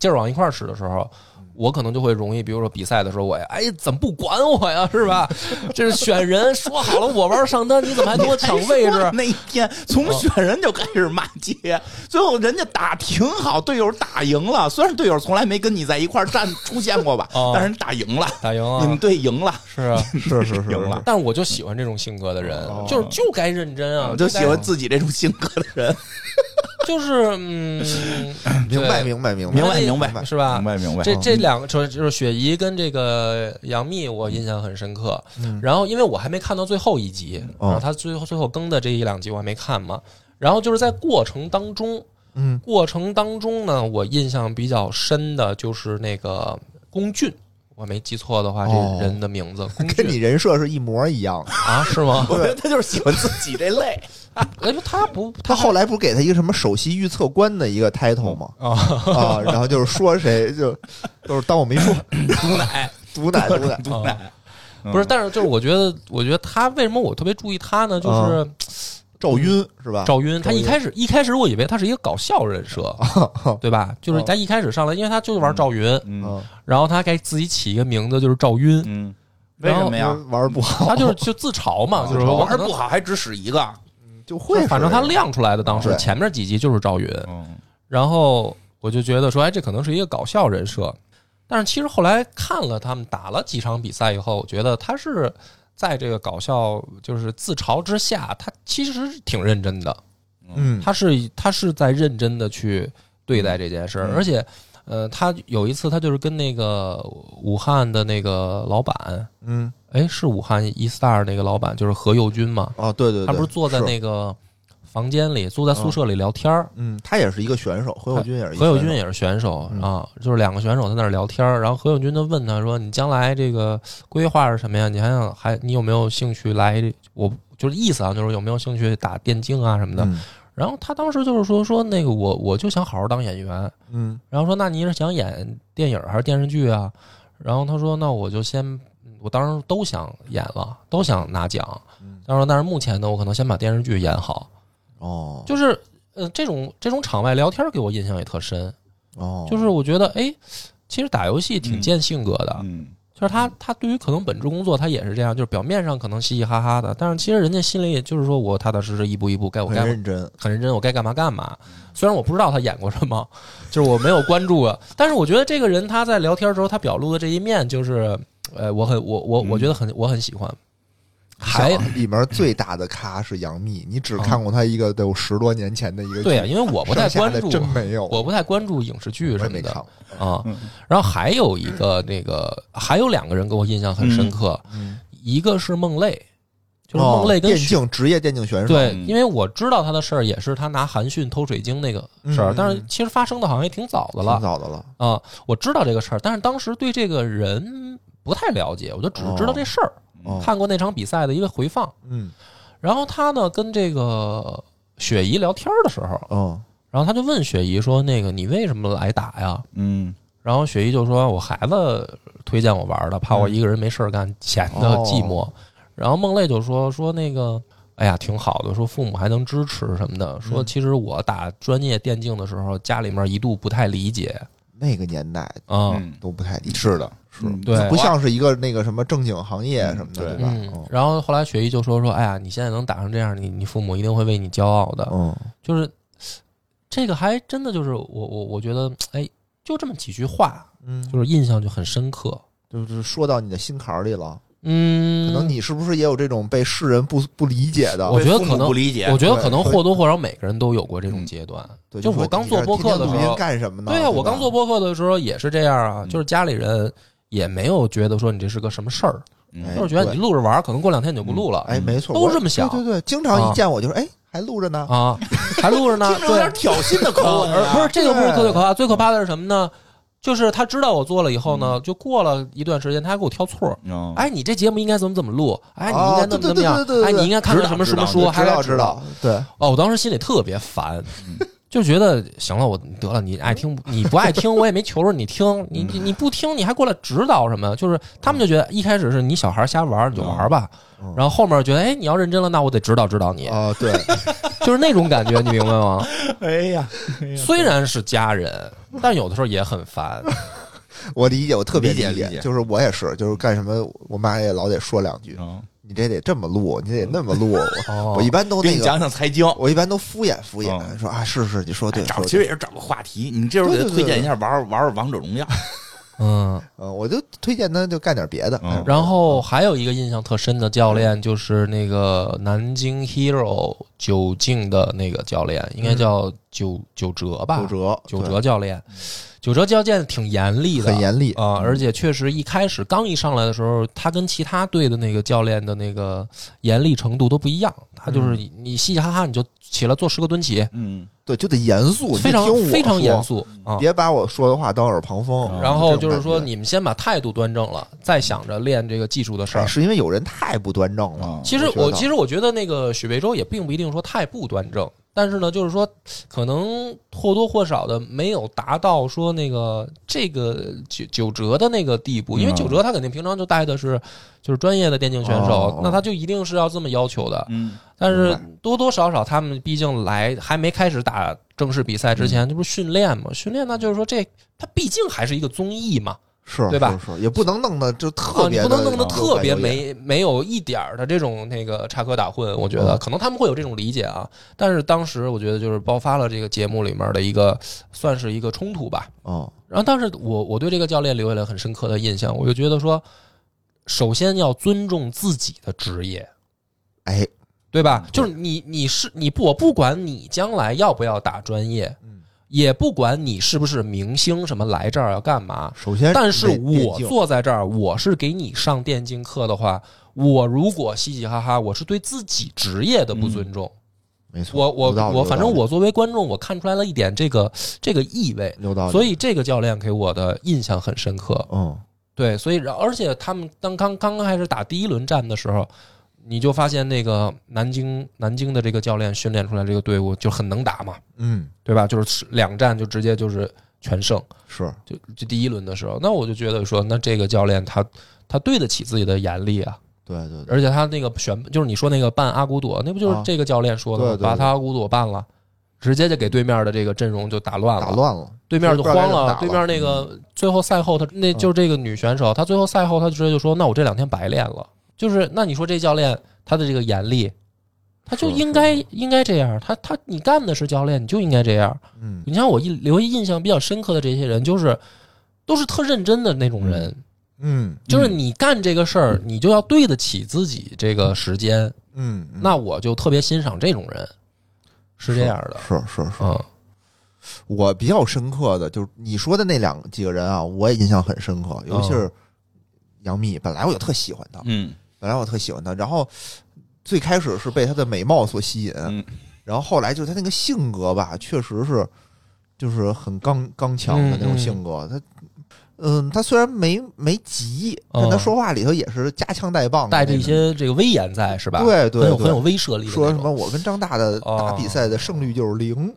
A: 劲儿往一块儿使的时候，
B: 嗯
A: 我可能就会容易，比如说比赛的时候，我哎怎么不管我呀，是吧？这是选人，说好了我玩上单，你怎么还跟我抢位置？哦
B: 那一天从选人就开始骂街，最后人家打挺好，队友打赢了。虽然队友从来没跟你在一块儿站出现过吧，
A: 哦
B: 但是人打赢了，
A: 打赢
B: 你们
A: 啊，
B: 队赢了，
A: 是啊，
C: 是是是
B: 赢了
A: 但我就喜欢这种性格的人
C: 哦，
A: 就是就该认真啊，
B: 我就
A: 该
B: 喜欢自己这种性格的人。
A: 就是嗯，
C: 明白
A: 对
C: 明白明白
B: 明
A: 对
B: 白明白
A: 是吧？
B: 白明
A: 啊
C: 嗯
A: 这这两个就是就是雪姨跟这个杨幂，我印象很深刻。
C: 嗯
A: 然后因为我还没看到最后一集，
C: 哦
A: 然后她最后最后更的这一两集我还没看嘛。然后就是在过程当中，
C: 嗯
A: 过程当中呢，我印象比较深的就是那个龚俊，我没记错的话，
C: 哦
A: 这人的名字龚
C: 跟你
A: 俊
C: 人设是一模一样的。
A: 啊，是吗？
B: 我觉得他就是喜欢自己这 类，
A: 哎，不他不
C: 他
A: 他
C: 后来不是给他一个什么首席预测官的一个 title 吗？
A: 啊
C: 啊，然后就是说谁就都是当我没说，
B: 毒奶，
C: 毒奶毒奶，
A: 哦
B: 毒奶，
C: 嗯
A: 不是，但是就是我觉得，我觉得他为什么我特别注意他呢？
C: 哦
A: 就是
C: 赵晕是
A: 嗯
C: 吧？
A: 赵云，他一开始一开始我以为他是一个搞笑人设，对吧？就是他一开始上来，因为他就是玩赵云，
B: 嗯
C: 嗯，
A: 然后他给自己起一个名字就是赵云，
B: 嗯，为
A: 然
B: 什
A: 后嗯
B: 么呀？
C: 玩儿不好，
A: 他就是就自嘲嘛，就是说我
B: 玩
A: 可
B: 儿
A: 能
B: 不好还只使一个，
C: 就
A: 嗯就
C: 会
A: 是
C: 是
A: 反正他亮出来的当时
C: 对
A: 前面几集就是赵云，
B: 嗯
A: 然后我就觉得说，哎，这可能是一个搞笑人设，但是其实后来看了他们打了几场比赛以后，我觉得他是在这个搞笑就是自嘲之下，他其实挺认真的，
C: 嗯，
A: 他是他是在认真的去对待这件事儿，
B: 嗯
A: 而且，呃，他有一次他就是跟那个武汉的那个老板，
C: 嗯
A: E 哎，是武汉一 star 那个老板，就是何猷君嘛，
C: 哦对对对，
A: 他不是坐在那个房间里，坐在宿舍里聊天儿。
C: 嗯，他也是一个选手，何猷君也是一
A: 何
C: 个
A: 猷
C: 选
A: 君
C: 手
A: 也是选手
C: 嗯
A: 啊，就是两个选手在那儿聊天儿，然后何猷君就问他说：“你将来这个规划是什么呀？你还想还你有没有兴趣来？我就是意思啊，就是有没有兴趣打电竞啊什么的。
C: 嗯
A: 然后他当时就是说说那个我我就想好好当演员，
C: 嗯
A: 然后说那你是想演电影还是电视剧啊？然后他说那我就先，我当时都想演了，都想拿奖
C: 嗯。
A: 他说但是目前呢，我可能先把电视剧演好。
C: 哦，
A: 就是呃这种这种场外聊天给我印象也特深，
C: 哦
A: 就是我觉得哎，其实打游戏挺见性格的，
B: 嗯，
A: 就是他他对于可能本职工作他也是这样，就是表面上可能嘻嘻哈哈的，但是其实人家心里也就是说我踏踏实实一步一步该我
C: 很
A: 该
C: 认真，
A: 很认真，我该干嘛干嘛。虽然我不知道他演过什么，就是我没有关注啊，但是我觉得这个人他在聊天的时候，他表露的这一面，就是呃，我很我我我觉得很
C: 嗯
A: 我很喜欢。还
C: 像里面最大的咖是杨幂，你只
A: 啊
C: 看过她一个得有十多年前的一个剧，
A: 对啊，因为我不太
C: 剩下
A: 关
C: 的
A: 注，
C: 真没有，
A: 我不太关注影视剧
C: 我也
A: 什么
C: 没
A: 的
C: 看过。
A: 啊。然后还有一个那个，还有两个人给我印象很深刻，
C: 嗯，
A: 一个是孟泪，就是
C: 哦
A: 孟泪跟
C: 电
A: 许、
C: 竞职业电竞选手，
A: 对，
B: 嗯
A: 因为我知道他的事儿也是他拿韩讯偷水晶那个事儿，
C: 嗯嗯
A: 但是
C: 嗯
A: 其实发生的好像也挺早的
C: 挺
A: 了。
C: 早的了。
A: 啊、我知道这个事儿，但是当时对这个人不太了解，我就只是知道这事儿，
C: 哦，
A: 嗯看过那场比赛的一个回放。
C: 嗯，
A: 然后他呢跟这个雪姨聊天的时候，
C: 哦，
A: 然后他就问雪姨说：“那个你为什么来打呀
B: 嗯，？”
A: 然后雪姨就说：“我孩子推荐我玩的，怕
C: 嗯
A: 我一个人没事儿干，显得
C: 哦
A: 寂寞。然后孟泪就说：“说那个，哎呀，挺好的，说父母还能支持什么的。说
C: 嗯
A: 其实我打专业电竞的时候，家里面一度不太理解
C: 那个年代
A: 啊。
B: 嗯
C: 都不太理解，
B: 是的，
C: 是
B: 嗯
A: 对
C: 不像是一个那个什么正经行业什么的，
B: 嗯
C: 对吧？
A: 哎
C: 哦
A: 嗯，然后后来雪姨就说说，哎呀，你现在能打成这样，你你父母一定会为你骄傲的。
C: 嗯，
A: 就是这个还真的就是我我我觉得，哎，就这么几句话，
C: 嗯，
A: 就是印象就很深刻。
C: 就是说到你的心坎儿里了。
A: 嗯，
C: 可能你是不是也有这种被世人不不理解的
A: 我？觉得
B: 被父母
A: 可能
B: 不理解，
A: 嗯我觉得
C: 对
A: 可能
C: 会
A: 或多或少每个人都有过这种阶段。
C: 对，
A: 就
C: 说
A: 我刚做播客的
C: 你这天天
A: 时
C: 录
A: 候
C: 音干什么呢？
A: 对呀、
C: 呀，
A: 我刚做播客的时候也是这样啊，
B: 嗯
A: 就是家里人也没有觉得说你这是个什么事儿，
B: 嗯
A: 就是觉得
C: 对
A: 你录着玩儿，可能过两天你就不录了。
C: 哎，没错，
A: 都
C: 我
A: 这么想
C: 对对对，经常
A: 啊
C: 一见我就说，哎，还录着呢。
A: 啊，还录 着呢，
B: 听着有点挑衅的口吻
A: 而
B: 啊，
A: 不是这个不是
C: 对
A: 特别可怕，最可怕的是什么呢？就是他知道我做了以后
C: 嗯
A: 呢，就过了一段时间，他还给我挑错儿。
B: 嗯，
A: 哎，你这节目应该怎么怎么录？哎，你应该怎么
C: 哦
A: 怎么样
C: 对对对
A: 哎，
C: 对？对
A: 你应该看看什么什么书？还
C: 知
A: 该
C: 道知道。，嗯对，
A: 哦，我当时心里特别烦， 就觉得行了，我得了，你爱听你不爱听，我也没求着你 听，你
C: 嗯
A: 你你不听，你还过来指导什么？就是他们就觉得一开始是你小孩瞎玩儿你就玩儿吧
C: 嗯，
A: 然后后面觉得哎你要认真了，那我得指导指导你，
C: 啊，对，
A: 就是那种感觉，你明白吗？
B: 哎呀，
A: 虽然是家人，但有的时候也很烦。
C: 我理解，我特别
B: 理解理
C: 解，
B: 解
C: 就是我也是，就是干什么，我妈也老得说两句，
B: 嗯
A: 嗯
C: 你这得这么录，你得那么录。
A: 哦
C: 我一般都
B: 给
C: 那
B: 你讲
C: 个，
B: 讲财经，
C: 我一般都敷衍敷衍，
B: 嗯
C: 说啊，是是，你说对，
B: 找
C: 说
B: 其
C: 对
B: 实也是找个话题，你这时候给他推荐一下玩儿玩儿王者荣耀，
A: 嗯，
C: 嗯，我就推荐他就干点别的。干
B: 嗯
C: 点别的
A: 然后还有一个印象特深的教练就是那个南京 Hero 九境的那个教练，应该叫
C: 嗯
A: 九九哲吧？
C: 九哎折，
A: 九哲教练，九哲教练挺严厉
C: 对
A: 的，
C: 很严厉，嗯
A: 啊、而且确实一开始刚一上来的时候，他跟其他队的那个教练的那个严厉程度都不一样，他就是你你嘻嘻哈哈你就起来做十个蹲起，
B: 嗯，
C: 对，就得严肃，
A: 非
C: 你得
A: 常
C: 听我
A: 非常严
C: 说，
A: 肃啊。
C: 别把我说的话当耳旁风。
A: 然后哦就是
C: 啊这种
A: 说，
C: 感觉
A: 你们先把态度端正了，再想着练这个技术的事
C: 哎
A: 儿。
C: 是因为有人太不端正了
B: 啊。
A: 其实
C: 我
A: 我
C: 觉得
A: 其实我觉得那个许魏洲也并不一定说太不端正，但是呢，就是说可能或多或少的没有达到说那个这个九九哲的那个地步，因为
B: 嗯
A: 九哲他肯定平常就带的是就是专业的电竞选手
C: 哦，
A: 那他就一定是要这么要求的。
B: 嗯，
A: 但
C: 明
A: 是
C: 白
A: 多多少少他们毕竟来还没开始打正式比赛之
C: 嗯
A: 前，这不是训练嘛？训练那就是说这他毕竟还是一个综艺嘛。
C: 是，
A: 对吧
C: 是？是也不能弄得就特别
A: 啊，你不
C: 的，
A: 能弄得
C: 有
A: 特别
C: 有有
A: 没没有一点儿的这种那个插科打诨，我觉得
C: 嗯
A: 可能他们会有这种理解啊，但是当时我觉得就是爆发了这个节目里面的一个算是一个冲突吧。
C: 哦，
A: 然后，但是我我对这个教练留下了很深刻的印象，我就觉得说，首先要尊重自己的职业，
C: 哎，
A: 对吧
B: 嗯？
A: 就是你你是你不我不管你将来要不要打专业，
C: 嗯
A: 也不管你是不是明星什么来这儿要干嘛，
C: 首先得，
A: 但是
C: 得
A: 我
C: 敬
A: 坐在这儿，我是给你上电竞课的话，我如果嘻嘻哈哈，我是对自己职业的不尊重。
C: 没
A: 我
C: 错，
A: 我
C: 有嗯道理
A: 我，反正
C: 有道
A: 我作为观众，我看出来了一点这个这个意味
C: 理，有道理，
A: 所以这个教练给我的印象很深刻。
C: 嗯，
A: 对，所以然而且他们当刚刚开始打第一轮战的时候，你就发现那个南京南京的这个教练训练出来这个队伍就很能打嘛，
C: 嗯，
A: 对吧？就是两战就直接就是全胜，
C: 是
A: 就就第一轮的时候，那我就觉得说，那这个教练他他对得起自己的严厉啊，
C: 对对对，
A: 而且他那个选就是你说那个办阿古朵，那不就是
C: 啊
A: 这个教练说的吗？
C: 对对对
A: 把他阿古朵办了，直接就给对面的这个阵容就打乱了，
C: 打乱了，
A: 对面就慌了。对
C: 不知道该
A: 面
C: 怎么打了嗯
A: 那个最后赛后他那就是这个女选手，她最后赛后她直接就说：“那我这两天白练了。”就是那你说这教练他的这个严厉，他就是应该应该这样，他他你干的是教练，你就应该这样。
C: 嗯，
A: 你像我印留印象比较深刻的这些人，就是都是特认真的那种人。
C: 嗯
A: 就是你干这个事儿，你就要对得起自己这个时间。
C: 嗯，嗯
A: 那我就特别欣赏这种人，是这样的。
C: 是是是，
A: 嗯
C: 我比较深刻的就是你说的那两几个人啊，我也印象很深刻，
A: 嗯
C: 尤其是杨幂，本来我就特喜欢她，
B: 嗯
C: 本来我特喜欢她，然后最开始是被她的美貌所吸引，
B: 嗯
C: 然后后来就是她那个性格吧，确实是就是很刚刚强的
A: 嗯
C: 那种性格，她。嗯，她虽然没没急，但她
A: 嗯
C: 说话里头也是夹枪带棒的那
A: 带
C: 种，
A: 着一些这个威严在，是吧？
C: 对对
A: 很有很
C: 对
A: 有威慑力的那种。
C: 说什么我跟张大的
A: 哦
C: 打比赛的胜率就是零，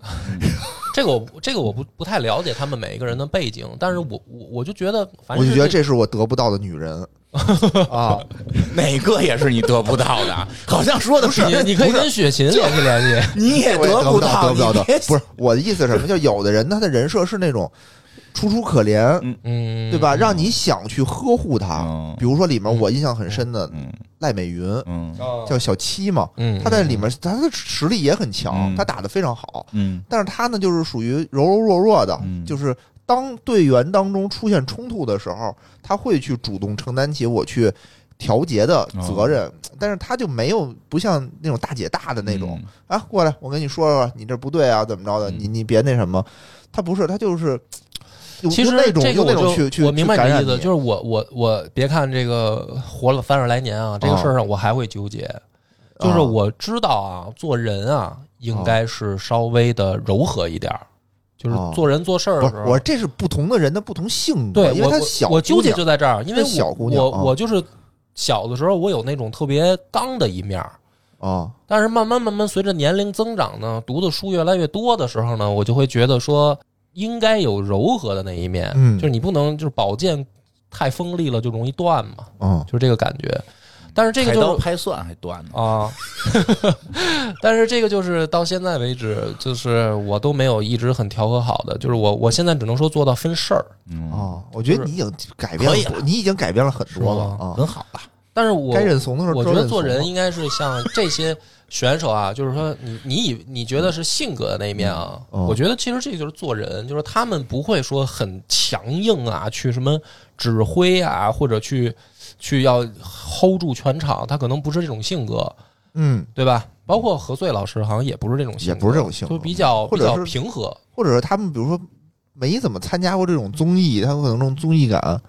A: 这个我不这个我不不太了解他们每一个人的背景，但是我我我就觉得，反
C: 我
A: 正
C: 就是觉得这是我得不到的女人啊！
B: 哪个也是你得不到的，好像说的
A: 你你可以跟雪琴联系联系。
B: 你也
C: 我也
B: 不
C: 不得不到
B: 你
C: 的
B: 别，
C: 不是我的意思是什么？就有的人他的人设是那种楚楚可怜，
B: 嗯
A: 嗯，
C: 对吧？让你想去呵护他
B: 嗯。
C: 比如说里面我印象很深的
B: 嗯
C: 赖美云，
B: 嗯
C: 叫小七嘛，
A: 嗯，
C: 她在里面她的实力也很强，
B: 嗯
C: 她打得非常好，
B: 嗯
C: 但是她呢就是属于柔柔弱弱的，
B: 嗯
C: 就是。当队员当中出现冲突的时候，她会去主动承担起我去调节的责任，
B: 哦
C: 但是她就没有不像那种大姐大的那种，啊，过来，我跟你说说，你这不对啊，怎么着的？
B: 嗯
C: 你你别那什么，他不是，他就是，用
A: 其实
C: 用那种
A: 这个
C: 用
A: 我
C: 那种
A: 就
C: 去去
A: 我明白
C: 去感
A: 你的
C: 染
A: 意思，就是我我我别看这个活了三十来年啊，这个事儿上我还会纠结。
C: 啊
A: 就是我知道啊，做人啊应该是稍微的柔和一点儿，就是
C: 哦
A: 做人做事儿
C: 不
A: 的
C: 是
A: 时候，
C: 我这是不同的人的不同性格，
A: 对
C: 因
A: 我
C: 为他
A: 我
C: 小
A: 我纠结
C: 姑
A: 就在这儿，因为
C: 她小
A: 我
C: 姑娘
A: 我
C: 啊
A: 我就是小的时候我有那种特别刚的一面儿。
C: 娘啊，
A: 但是慢慢慢慢随着年龄增长呢，读的书越来越多的时候呢，我就会觉得说应该有柔和的那一面，
C: 嗯
A: 就是你不能就是宝剑太锋利了就容易断嘛，
C: 嗯
A: 就是这个感觉。但是这个
B: 开刀
A: 就
B: 拍蒜还断
C: 哦
B: 呢，
A: 啊，但是这个就是到现在为止，就是我都没有一直很调和好的，就是我我现在只能说做到分事儿，
B: 嗯，
C: 啊，我觉得
A: 就是啊
C: 你已经改变
B: 可以
C: 了，你已经改变了很多了
A: 是
C: 啊
B: 很，好了，
A: 但是我
C: 该认怂的时候，
A: 我觉得做人
C: 应
A: 应该是像这些选手啊，就是说你你以你觉得是性格的那一面啊，
C: 嗯
A: 我觉得其实这就是做人，就是他们不会说很强硬啊，去什么指挥啊，或者去去要 hold 住全场，他可能不是这种性格，
C: 嗯，
A: 对吧？包括何穗老师好像也不是这种性格，
C: 也不是这种性格
A: 就比较
C: 或
A: 比
C: 者是
A: 较平和。
C: 或者是他们比如说没怎么参加过这种综艺，他们可能这种综艺感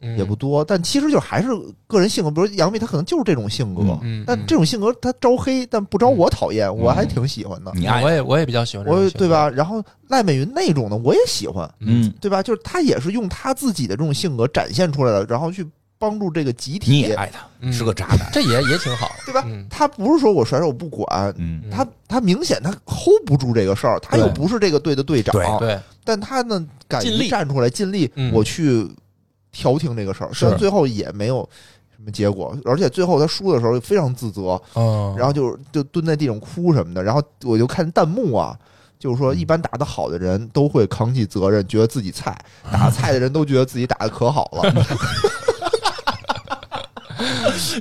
A: 嗯
C: 也不多，但其实就还是个人性格，比如杨幂她可能就是这种性格，
B: 嗯
A: 嗯，
C: 但
A: 嗯
C: 这种性格他招黑，但不招我讨厌，我还挺喜欢的，
B: 你爱
A: 嗯我也我也比较喜欢这种
C: 我
A: 性格，
C: 对吧？然后赖美云那种的我也喜欢，
A: 嗯
B: 嗯，
C: 对吧？就是他也是用他自己的这种性格展现出来了，然后去帮助这个集
B: 你也
C: 体，
B: 爱他，
A: 嗯？
B: 是个渣 男，
A: 这也也挺好，
C: 对吧
A: 嗯
C: 他不是说我甩手不管。
B: 嗯
A: 嗯
C: 他他明显他 hold 不住这个事儿，他又
A: 对
C: 不是这个队的队长，
B: 对
A: 对，
C: 但他呢敢
A: 尽
C: 于
A: 力
C: 站出来，尽力
A: 嗯
C: 我去调停这个事儿，虽然最后也没有什么结果，而且最后他输的时候非常自责，
B: 哦
A: 嗯，
C: 然后就就蹲在地上哭什么的。然后我就看弹幕啊，就是
B: 嗯
C: 说一般打得好的人都会扛起责任，觉得自己菜；打得菜的人都觉得自己打得可好 了。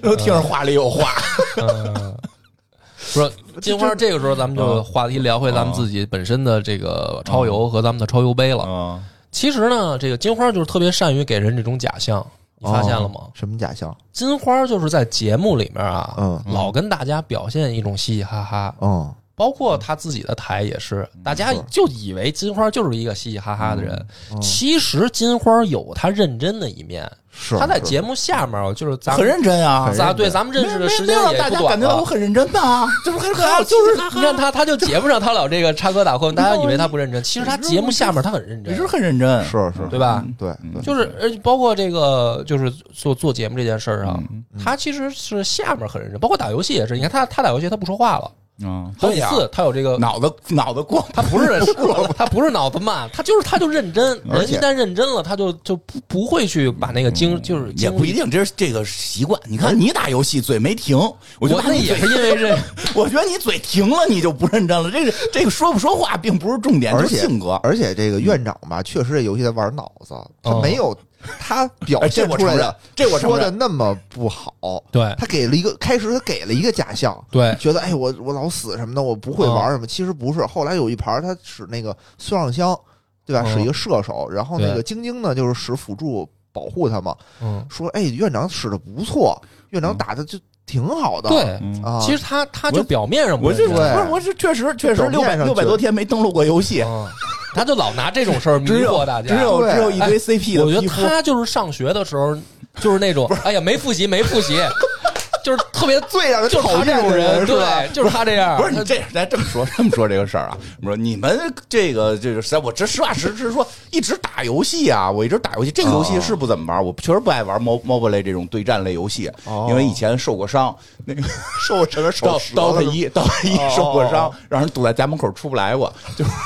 B: 又听着话里有话，
A: 嗯，不是金花，这个时候咱们
B: 啊
A: 就话题聊回咱们自己本身的这个超游和咱们的超游杯了。
B: 嗯，
A: 其实呢，这个金花就是特别善于给人这种假象，你发现了吗
B: 啊
C: 哦？？什么假象？
A: 金花就是在节目里面啊，
C: 嗯
B: 啊
A: 老跟大家表现一种嘻嘻哈哈，
C: 嗯
A: 包括他自己的台也是，
B: 嗯
A: 大家
C: 是
A: 就以为金花就是一个嘻嘻哈哈的人，
C: 嗯
A: 其实金花有她认真的一面。
C: 是
A: 她在
C: 是
A: 节目下面就是咱
B: 很
A: 们
B: 认真啊
C: 很，认
A: 咱对咱们 认识的时间
B: 没有没有
A: 也
B: 让大
A: 不
B: 家
A: 短
B: 感觉到我
A: 了。
B: 很认真啊吧？这不是很好，
A: 就是
B: 嘻嘻哈哈
A: 你看他，他就节目上他老这个插科打诨，大家以为他不认真，其实他节目下面他很认
B: 你
A: 真
B: 是，很认真，
C: 是是，
A: 对吧？
C: 对
D: 嗯
C: 对，
A: 就是而且包括这个就是做做节目这件事儿上，
D: 嗯
A: 他其实是下面很认真，包括打游戏也是。你看他他打游戏他不说话了，
D: 啊，
A: 好
B: 嗯对
A: 几
B: 呀
A: 次他有这个
B: 脑子脑子过，
A: 他 不是他不是脑子慢，他就是他就认真。
C: 而
A: 人一
C: 且
A: 旦认真了，他就就不不会去把那个精就是
B: 嗯也
A: 精
B: 不一
A: 力。
B: 定，这是这个习惯。你看你打游戏嘴没停，我觉
A: 我
B: 得
A: 那也是因为 这，
B: 我觉得你嘴停了，你就不认真了。这个这个说不说话并不是重点，
C: 而
B: 就是
C: 且
B: 性格。
C: 而且这个院长吧，确实这游戏在玩脑子，他
A: 哦
C: 没有他表
B: 哎这
C: 现
B: 我
C: 出来
B: 承认
C: 的，
B: 这我承
C: 说
B: 认
C: 的那么不好。
A: 对
C: 他给了一个开始，他给了一个假象，
A: 对
C: 觉得哎我我老死什么的，我不会玩什
A: 哦
C: 么，其实不是。后来有一盘他使那个孙尚香，对吧？
A: 嗯
C: 使一个射手，然后那
A: 对
C: 个晶晶呢就是使辅助保护他嘛，
A: 嗯，
C: 说哎院长使的不错，院长
D: 嗯
C: 打的就挺好的，
A: 对。
D: 嗯
C: 啊，
A: 其实他他就表面上不
B: 我就
A: 认
B: 不
A: 真
C: 对
B: 是，我是确实确实
C: 表
B: 六百
C: 面上
B: 六百
C: 就
B: 多天没登录过游戏，
A: 嗯，他就老拿这种事儿迷
B: 只有
A: 惑大
B: 只
A: 家。哎
B: 有
C: 对哎
B: 只有一堆 CP
A: 我
B: 的
A: 觉
B: 皮
A: 得
B: 肤。
A: 他就是上学的时候，就是那种哎呀没复习没复习，就是特别
C: 最让人
A: 就是
C: 讨
A: 他这
C: 厌
A: 种
C: 的
A: 人，
C: 是吧？
A: 对，就是他这
C: 啊
A: 样。
B: 不是你
A: 他
B: 这咱这么说这么说这个事儿啊，我说你们这个这个实在我这实话实是说一直打游戏啊，我一直打游戏，这个游
C: 哦
B: 戏是不怎么玩，我确实不爱玩 mo mobile 类这种对战类游戏，
C: 哦
B: 因为以前受过伤，那个
C: 受什么手
B: 刀
C: 折
B: 刀
C: 了
B: 他
C: 是吗
B: 一刀他一
C: 哦
B: 受过
C: 哦
B: 伤，让人堵在家门口出不来过，就是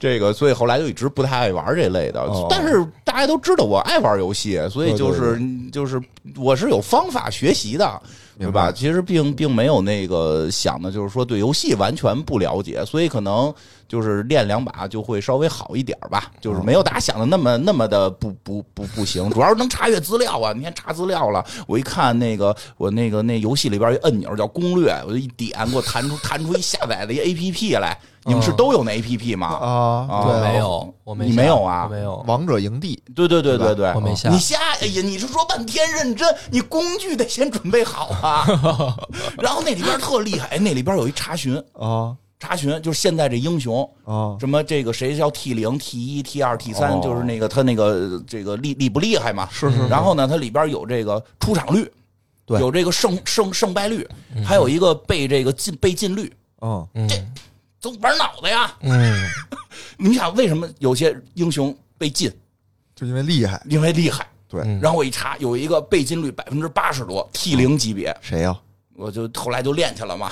B: 这个，所以后来就一直不太爱玩这类的
C: 哦。
B: 但是大家都知道我爱玩游戏，所以
C: 对对
B: 就是就是我是有方法学习的。对吧？其实并并没有那个想的，就是说对游戏完全不了解，所以可能就是练两把就会稍微好一点儿吧。就是没有大家想的那么那么的不不不不行，主要是能查阅资料啊。你看查资料了，我一看那个我那个那游戏里边有一按钮叫攻略，我就一点，给我弹出弹出一下载的一 A P P 来。你们是都有那 A P P 吗？
C: 啊，
B: 啊
A: 我
C: 对啊
A: 哦没有，我没
B: 你
A: 下
B: 没有啊
A: 我没有。
C: 王者营地
B: 对对对对对，
A: 我没下
B: 你下，哎呀，你是说半天认真，你工具得先准备好啊。然后那里边特厉害，哎那里边有一查询，
C: 啊
B: 查询就是现在这英雄，
C: 啊，
B: 什么这个谁叫 T 零、T 一、T 二、T
C: 哦
B: 三，就是那个他那个这个厉厉不厉害嘛？是
A: 是
B: 然后呢，它里边有这个出场率，
C: 对
B: 有这个胜胜胜败率，还有一个被这个进被进率，
C: 嗯
A: 嗯
B: 都玩脑袋呀。
A: 嗯，
B: 你想为什么有些英雄被禁？
C: 就因为厉害，
B: 因为厉害。
C: 对
A: 嗯
B: 然后我一查，有一个被禁率百分之八十多，T 零级别，
C: 谁呀？
B: 我就后来就练去了嘛。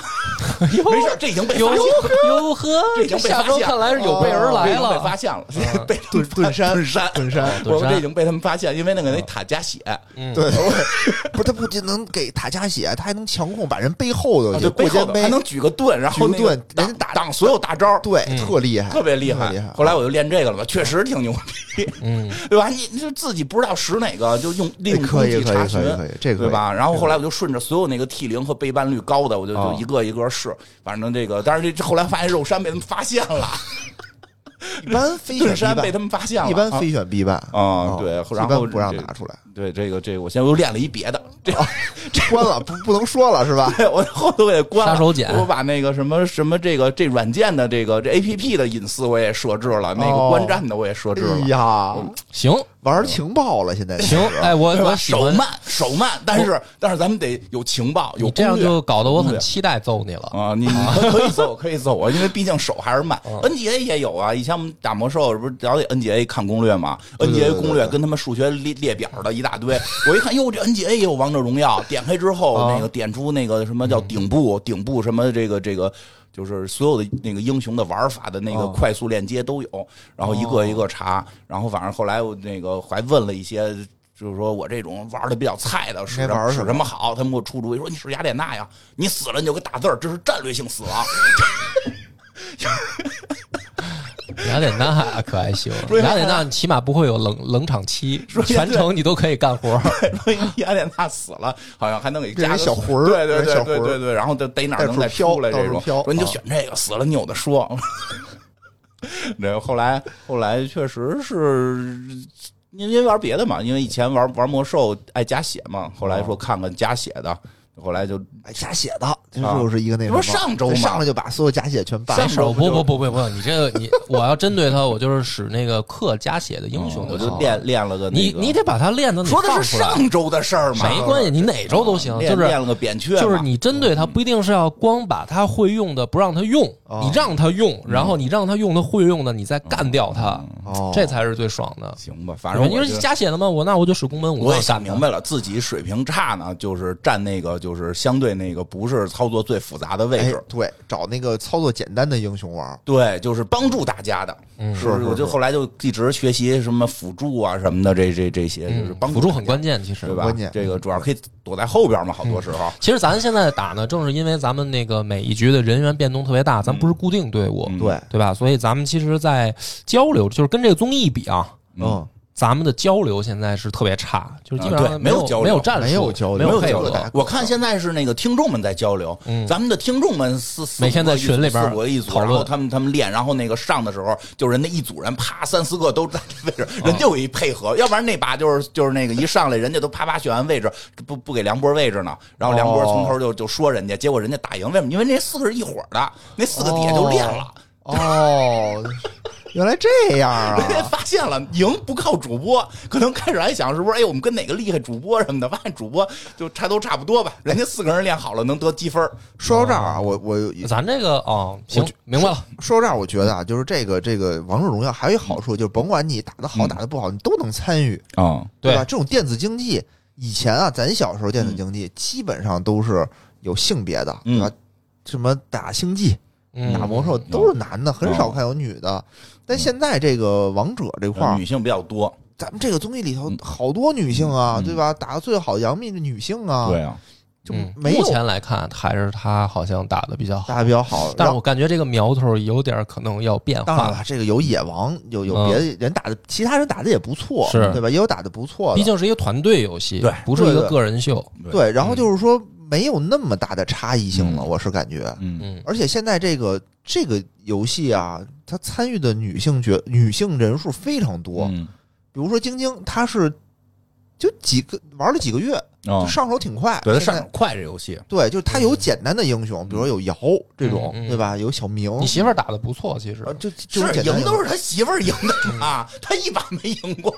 B: 没事，这已经被
A: 哟
B: 发现了，
A: 哟呵，
B: 这已
A: 这
B: 经被
A: 下
B: 发
A: 周
B: 现哦
A: 看来是有备而
B: 这已
A: 来
B: 经被发
A: 了。
B: 现了， 被他
C: 盾
B: 们
C: 盾山
B: 盾 山，
C: 盾山，
B: 我
A: 盾山
B: 们这已经被他们发现，因为那个那塔加血，
A: 嗯，
C: 对， 不是他不仅能给塔加血，他还能强控，把人背后头
B: 啊
C: 去
B: 对，背
C: 过
B: 后
C: 肩
B: 的
C: 背，
B: 还能举个盾，然后
C: 举个
B: 那个
C: 盾
B: 挡
C: 人家打
B: 挡所有大招，
C: 对，
A: 嗯
C: 特厉害，
B: 特别厉
C: 特
B: 害
C: 厉害。
B: 后来我就练这个了嘛，确实挺牛逼，
A: 嗯
B: 对吧？你你就自己不知道使哪个，就用利
C: 哎
B: 用
C: 可
B: 工
C: 以
B: 具
C: 可以
B: 查
C: 可
B: 询
C: 以，可以，这个可以
B: 对？吧？然后后来我就顺着所有那个 T 零和背叛率高的，我就
C: 啊
B: 就一个一个试。反正这个，但是这这后来发现肉山被他们发现了，
C: 一般非选
B: 盾山
C: 必
B: 被他们发现
C: 办，
B: 了，
C: 一般
B: 啊
C: 非选必办哦
B: 啊对
C: 一
B: 然
C: 般
B: 后
C: 不让
B: 这
C: 拿出来，
B: 对这个这个，我现在又练了一别的， 这
C: 哦关了不不能说了是 吧？
B: 对 我后头给关了。
A: 杀手锏
B: 我把那个什么什么这个这软件的这个这 A P P 的隐私我也设置了，那个观战的我也设置
C: 哦哎
B: 了。
C: 呀，
A: 行
C: 玩情报了现在
A: 行，哎，我
B: 对吧
A: 我喜
B: 手
A: 欢
B: 慢手慢，但是但是咱们得有情报，有
A: 你这
B: 攻
A: 样
B: 略
A: 就搞得我
B: 攻
A: 很
B: 略
A: 期待揍你了。
B: 啊，你你可以走，可以走啊，因为毕竟手还是慢。N
C: 嗯
B: G A 也有啊，以前我们打魔兽不是了解 N G A 看攻略嘛？N
C: 对
B: G
C: 对
B: A
C: 对
B: 攻略跟他们数学列列表的一大堆，我一看哟，这 N G A 也有王者荣耀，点开之后
C: 啊嗯
B: 那个点出那个什么叫顶部，顶部什么这个这个。就是所有的那个英雄的玩法的那个
C: 哦
B: 快速链接都有，然后一个一个查，然后反正后来我那个还问了一些，就是说我这种玩的比较菜的，使
C: 该玩
B: 什
C: 儿
B: 么
C: 什
B: 使
C: 么
B: 什么好？他们给我出主意说你使雅典娜呀，你死了你就给打字儿，这是战略性死亡。
A: 雅典娜啊可还 行，
B: 说
A: 雅典娜你起码不会有冷冷场期，
B: 啊说
A: 全程你都可以干活。
B: 说雅典娜死了，好像还能给加
C: 变成
B: 个
C: 小魂儿
B: 对对
C: 变成
B: 对
C: 小
B: 对
C: 魂儿
B: 对对，然后得逮哪儿
C: 到
B: 能
C: 处
B: 再
C: 飘
B: 出来
C: 到
B: 这
C: 处
B: 种，
C: 飘
B: 说你就
C: 啊
B: 选这个，死了你有的说。 然后后来后来确实是。因为玩别的嘛，因为以前
C: 哦
B: 玩玩魔兽爱加血嘛，后来说看看加血的，后来就
C: 哎瞎写的这就是一个那什
B: 啊这不
C: 么，
B: 是上周吗
C: 上来就把所有加血全办
B: 上
C: 了，
B: 周
A: 不不不不不，你这个你我要针对他，我就是使那个克加血的英雄
B: 哦
A: 好
B: 我就
A: 了
B: 练练了个
A: 你
B: 那个
A: 你得把他练的
B: 说的是上周的事儿嘛，
A: 没关系，你哪周都行，
B: 练
A: 就是
B: 练了个扁鹊嘛，
A: 就是你针对他，不一定是要光把他会用的不让他用，
C: 哦
A: 你让他用，
B: 嗯
A: 然后你让他用的会用的，你再干掉他，
C: 哦，
A: 这才是最爽的。
B: 行吧，嗯反正
A: 因
B: 我
A: 为
B: 就
A: 加血的嘛，我那我就使宫本武藏。
B: 我也想明白了，自己水平差呢，就是占那个就是相对那个不是操作最复杂的位
C: 哎
B: 置，，
C: 对，找那个操作简单的英雄玩儿，
B: 对，就是帮助大家的。
A: 嗯
B: 是不
C: 是
B: 我
C: 是
B: 就后来就一直学习什么辅助啊什么的，这这这些就是
A: 嗯，
B: 帮
A: 辅助很
B: 大家
A: 关键，其实
B: 对吧
C: 关键？嗯
B: 这个主要可以躲在后边嘛，好
A: 嗯
B: 多时候。
A: 其实咱现在打呢，正是因为咱们那个每一局的人员变动特别大，咱不是固定队伍，
B: 嗯
C: 对，
A: 对吧？所以咱们其实，在交流，就是跟这个综艺比啊，
B: 嗯
C: 嗯，
A: 咱们的交流现在是特别差，就是基本
B: 啊对
A: 上
B: 没有
A: 有
B: 交流
A: 没有战术，
C: 没有交流
A: 没有
C: 没
A: 配
C: 有
A: 合
C: 交流
B: 我看现在是那个听众们在交流，
A: 嗯
B: 咱们的听众们四四
A: 每天在
B: 五个一
A: 群里
B: 组
A: 边
B: 四五个一组，
A: 讨论
B: 然后他们他们练，然后那个上的时候，就人家一组人啪三四个都在这位置，人家有一 配合，要不然那把就是就是那个一上来人家都啪啪选完位置，不不给梁波位置呢，然后梁波
C: 哦
B: 从头就就说人家，结果人家打赢，为什么？因为那四个是一伙儿的，那四个底下就练了，
C: 哦， 原来这样
A: 哦
B: 人 家
C: 啊，
B: 发现了赢不靠主播，可能开始还想是不是哎我们跟哪个厉害主播什么的，发现主播就差都差不多吧，人家四个人练好了能得积分儿。
C: 说到这儿啊，我我
A: 咱这个哦，行，明白了，
C: 说到这儿，我觉得啊，就是这个这个《王者荣耀》还有一好处，就是甭管你打的好
B: 嗯
C: 打的不好，你都能参与，
B: 啊，
C: 对
A: 对
C: 吧？这种电子竞技，以前啊，咱小时候
B: 嗯
C: 电子竞技基本上都是有性别的，对吧？什么打星际、
A: 嗯，
C: 打魔兽都是男的，很
B: 嗯
C: 少看有女的。但现在这个王者这块儿
B: 女，性比较多，
C: 咱们这个综艺里头
B: 嗯
C: 好多女性啊，
B: 嗯
C: 对吧？打的最好杨幂的女性啊，
B: 对啊，
C: 就
A: 嗯
C: 没有
A: 目前来看，还是他好像打的比较好
C: 打，的比较好。
A: 但
C: 然
A: 是
C: 后
A: 我感觉这个苗头有点可能要变
C: 当然
A: 化，
C: 了，这个有野王，有有别的人打的，其他人打的也不错，
A: 嗯是
C: 对吧？也有打的不错的，
A: 毕竟是一个团队游戏，
B: 对
A: 不是一
C: 对
A: 个
C: 对
A: 个人秀，
C: 对。然后
A: 嗯
C: 就是说没有那么大的差异性了，
B: 嗯
C: 我是感觉。
B: 嗯
A: 嗯，
C: 而且现在这个这个游戏啊，它参与的女性角女性人数非常多，
B: 嗯
C: 比如说晶晶，她是就几个玩了几个月，
B: 啊
A: 嗯
C: 就上手挺快，
B: 对，他
C: 现
B: 上
C: 在
B: 手快这游戏，
C: 对，就是她有简单的英雄，比如说有瑶这种，
A: 嗯嗯
C: 对吧？有小明，
A: 你媳妇儿打的不错，其实
C: 啊，就就是简单
B: 赢
C: 英
B: 都
C: 雄
B: 是他媳妇儿赢的啊，他一把没赢过，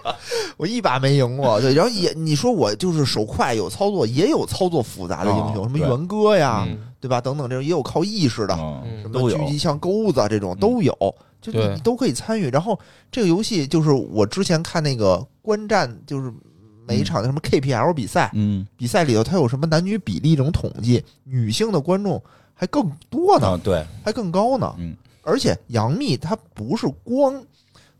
C: 我一把没赢过，对，然后也你说我就是手快有操作，也有操作复杂的英雄，
B: 哦
C: 什么
B: 对哦
C: 元歌呀，
A: 嗯
C: 对吧？等等这种也有靠意
B: 啊
C: 识的，
A: 嗯
C: 什
B: 都
C: 么
B: 有嗯
C: 狙击枪钩子啊这种都有，就
A: 对
C: 你都可以参与。然后这个游戏就是我之前看那个观战，就是每一场的什么 KPL 比赛，
B: 嗯
C: 比赛里头它有什么男女比例这种统计，女性的观众还更多呢，
B: 啊，对，
C: 还更高呢。
B: 嗯
C: 而且杨幂她不是光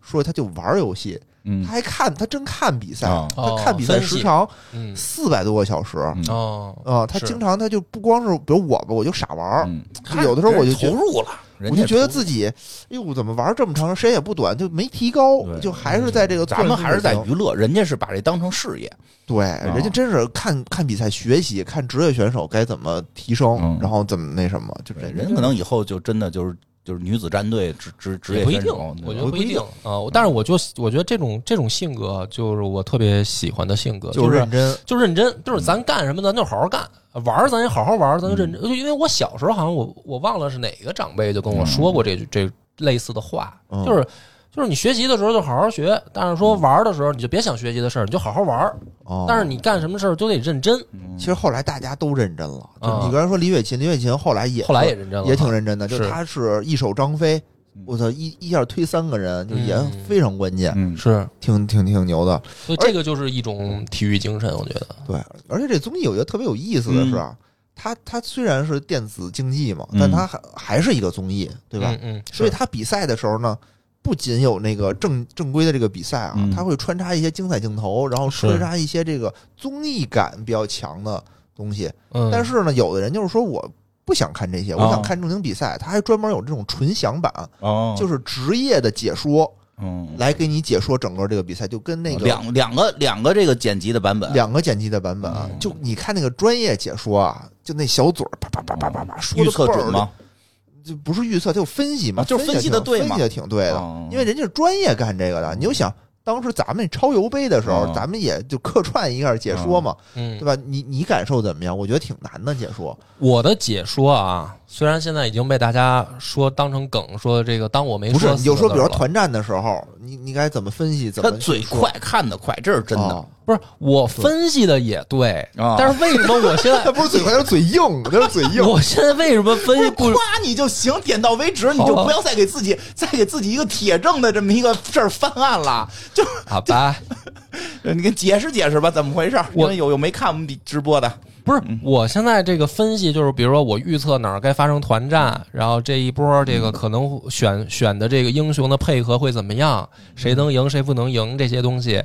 C: 说她就玩游戏，
B: 嗯
C: 她还看，她真看比赛。
B: 啊
A: 哦
C: 她看比赛
A: 分析
C: 时长
A: 嗯
C: 四百多个小时啊、
B: 嗯
A: 哦，
C: 她
A: 是
C: 经常她就不光是，比如我吧，我就傻玩儿，
B: 嗯
C: 就有的时候我就觉
B: 投
C: 得
B: 入了，人
C: 我
B: 家
C: 就觉得
B: 投入
C: 自己，哎呦，怎么玩这么长时间也不短，就没提高
B: 对，嗯
C: 就还是在这个
B: 咱们
C: 钻
B: 还是在
C: 进
B: 娱乐，人家是把这当成事业，
C: 对，人家真是看看比赛学习，看职业选手该怎么提
B: 嗯
C: 升，然后怎么那什么，就这
B: 人可能以后就真的就是就是女子战队职职职
A: 也
B: 业
A: 不一
B: 选
A: 定，
B: 手，
A: 我觉
B: 对
A: 得
B: 吧
A: 不一定啊。我但是我就我觉得这种这种性格，就是我特别喜欢的性格，
C: 就
A: 就是是
C: 认真。
A: 就认真，就是咱干什么咱就好好干，玩儿咱也好好玩儿，咱就
C: 嗯
A: 认真。就因为我小时候好像我我忘了是哪个长辈就跟我说过这句这类似的话，
C: 嗯
A: 就是就是你学习的时候就好好学，但是说玩儿的时候你就别想学习的事儿，你就好好玩儿。
C: 哦嗯
A: 但是你干什么事儿就得认真，
C: 其实后来大家都认真了，就
A: 嗯啊
C: 你刚才说李雪琴，李雪琴后来也
A: 后来也认真了，
C: 也挺认真的，就是她是一手张飞
B: 嗯，
C: 我操，一一下推三个人，就也
A: 嗯
C: 非常关键，
B: 嗯
A: 是，
C: 挺挺挺牛的。
A: 所以这个就是一种体育精神，我觉得。
C: 对，而且这综艺我觉得特别有意思的是啊，
A: 嗯
C: 它它虽然是电子竞技嘛，但
B: 嗯
C: 它还还是一个综艺，对吧？
A: 嗯嗯，
C: 所以
A: 是
C: 它比赛的时候呢，不仅有那个正正规的这个比赛啊
B: 嗯，
C: 它会穿插一些精彩镜头，然后
A: 是
C: 穿插一些这个综艺感比较强的东西。
A: 嗯，
C: 但是呢，有的人就是说我。不想看这些，我
B: 哦
C: 想看正经比赛。他还专门有这种纯享版，
B: 哦
C: 就是职业的解说
B: 嗯
C: 来给你解说整个这个比赛，就跟那个
B: 两两个两个这个剪辑的版本，
C: 两个剪辑的版本啊，
A: 嗯
C: 就你看那个专业解说啊，就那小嘴儿叭叭叭叭叭叭说
B: 预
C: 的
B: 测准吗？？
C: 就不是预测，就分析嘛，
B: 啊就是
C: 分
B: 分析得对嘛
C: 分析的挺对的
B: 哦，嗯
C: 因为人家是专业干这个的。你就想，当时咱们超游杯的时候，
D: 嗯
C: 咱们也就客串一下解说嘛，
A: 嗯
C: 对，吧？你你感受怎么样？我觉得挺难的解说，
A: 我的解说啊，虽然现在已经被大家说当成梗，说这个当我没
C: 不是
A: 说
C: 你就
A: 四
C: 说，
A: 个字
C: 比如
A: 儿
C: 说
A: 了
C: 团战的时候，你你该怎么分析？怎
B: 他
C: 么
B: 嘴
C: 去说
B: 快，看得快，这是真的
C: 啊。
A: 不是我分析的也对，
D: 啊
A: 但是为什么我现在。
C: 他不是嘴快，他是嘴硬，他是嘴硬
A: 我现在为什么分析 不
B: 夸你就行，点到为止，你就
A: 好啊
B: 不要再给自己再给自己一个铁证的这么一个事儿翻案了。就
A: 好吧？
B: 你给解释解释吧，怎么回事儿？因
A: 我
B: 为有有没看我们比直播的，
A: 不是，我现在这个分析就是，比如说我预测哪儿该发生团战，然后这一波这个可能选选的这个英雄的配合会怎么样，谁能赢谁不能赢这些东西，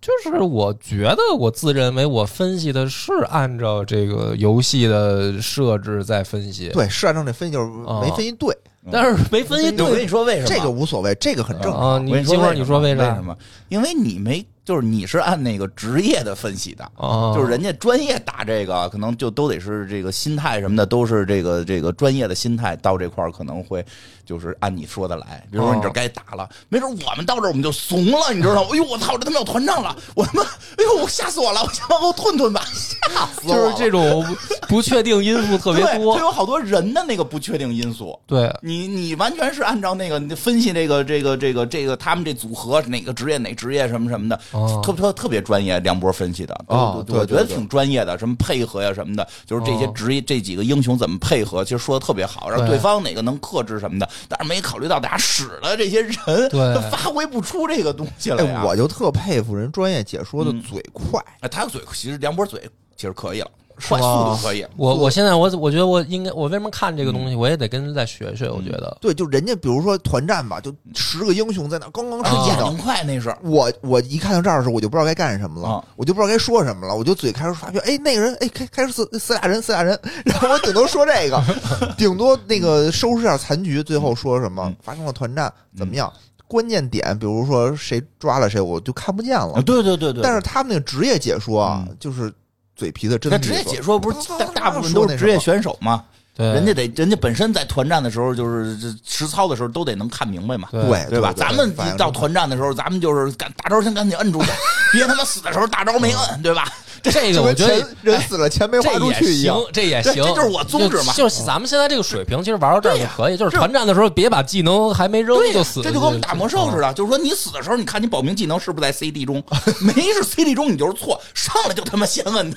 A: 就是我觉得我自认为我分析的是按照这个游戏的设置在分析，
C: 对，是按照这分析就是没分析对，
A: 但是没分析
B: 我跟
A: 对
B: 你说为什么？
C: 这个无所谓，这个很正常。
A: 啊。
B: 我跟
A: 你
B: 你说
A: 一会儿你说
B: 为
A: 为啊啥
B: 什么为什？么？因为你没就是你是按那个职业的分析的。
A: 啊，
B: 就是人家专业打这个，可能就都得是这个心态什么的，都是这个这个专业的心态到这块儿可能会就是按你说的来。比如说你这
A: 哦
B: 该打了，没准我们到这儿我们就怂了，你知道吗？哎呦我操，这他妈要团战了，我他妈哎呦我吓死我了，我先往后退退吧， 吓死我
A: 就
B: 了。
A: 是这种不确定因素特别
B: 对，
A: 多
B: 就，有好多人的那个不确定因素。
A: 对，
B: 你你完全是按照那个你分析这个这个这个这个他们这组合哪个职业哪职业什么什么的，
A: 哦
B: 特特特别专业。梁博分析的
C: 哦
B: 我
C: 对
B: 我觉得
C: 对对
B: 挺专业的，什么配合呀什么的，就是这些
A: 哦
B: 职业这几个英雄怎么配合，其实说的特别好，让
A: 对
B: 对方哪个能克制什么的，但是没考虑到大家使了这些人，
A: 对
B: 他发挥不出这个东西来呀
C: 哎，。我就特佩服人专业解说的
B: 嗯
C: 嘴快，
B: 哎他嘴其实梁博嘴其实可以了，
C: 吗
B: 快速度可以。
A: 我我现在我我觉得我应该我为什么看这个
B: 嗯
A: 东西，我也得跟着再学学。我觉得
C: 对，就人家比如说团战吧，就十个英雄在那刚刚
B: 是
C: 出
B: 眼
C: 现
B: 睛快那是，
C: 我我一看到这儿的时候，我就不知道该干什么了，
B: 啊
C: 我就不知道该说什么了，我就嘴开始发飙，哎，那个人，哎，开开始死死俩人，死俩人，然后我顶多说这个， 顶多那个收拾下残局，最后说什么
B: 嗯
C: 发生了团战怎么样？关键点，比如说谁抓了谁，我就看不见了。
B: 啊对对对对
C: 但是他们那个职业解说啊，
A: 嗯
C: 就是嘴皮子真利
B: 他
C: 索，
B: 职业解说不是大大部分
C: 说
B: 都
C: 那
B: 是
C: 什
B: 职业
C: 么
B: 选手嘛？
A: 对，
B: 人家得人家本身在团战的时候就是这实操的时候都得能看明白嘛，
A: 对
C: 对
B: 对吧？
C: 对
B: 咱们
C: 反正
B: 到团战的时候，咱们就是赶大招先赶紧摁住去，别他妈死的时候大招没摁，对吧？
A: 这个
C: 就
A: 我
C: 跟
A: 觉
C: 钱
A: 得哎
C: 人死了钱没花
A: 这
C: 出
A: 也
C: 去一
A: 行
C: 样。，
A: 这也
B: 对
A: 行，
B: 这就是我宗旨嘛
A: 就就是咱们现在这个水平，其实玩到这儿
B: 对
A: 就
B: 呀
A: 可以。就是
B: 这
A: 团战的时候，别把技能还没扔
B: 对呀
A: 就嗯死，啊
B: 这就跟我们打魔兽似
A: 的。
B: 的，就是说你死的时候，你看你保命技能是不是在 CD 中， 没是 CD 中你就是错，上来就他妈先摁的，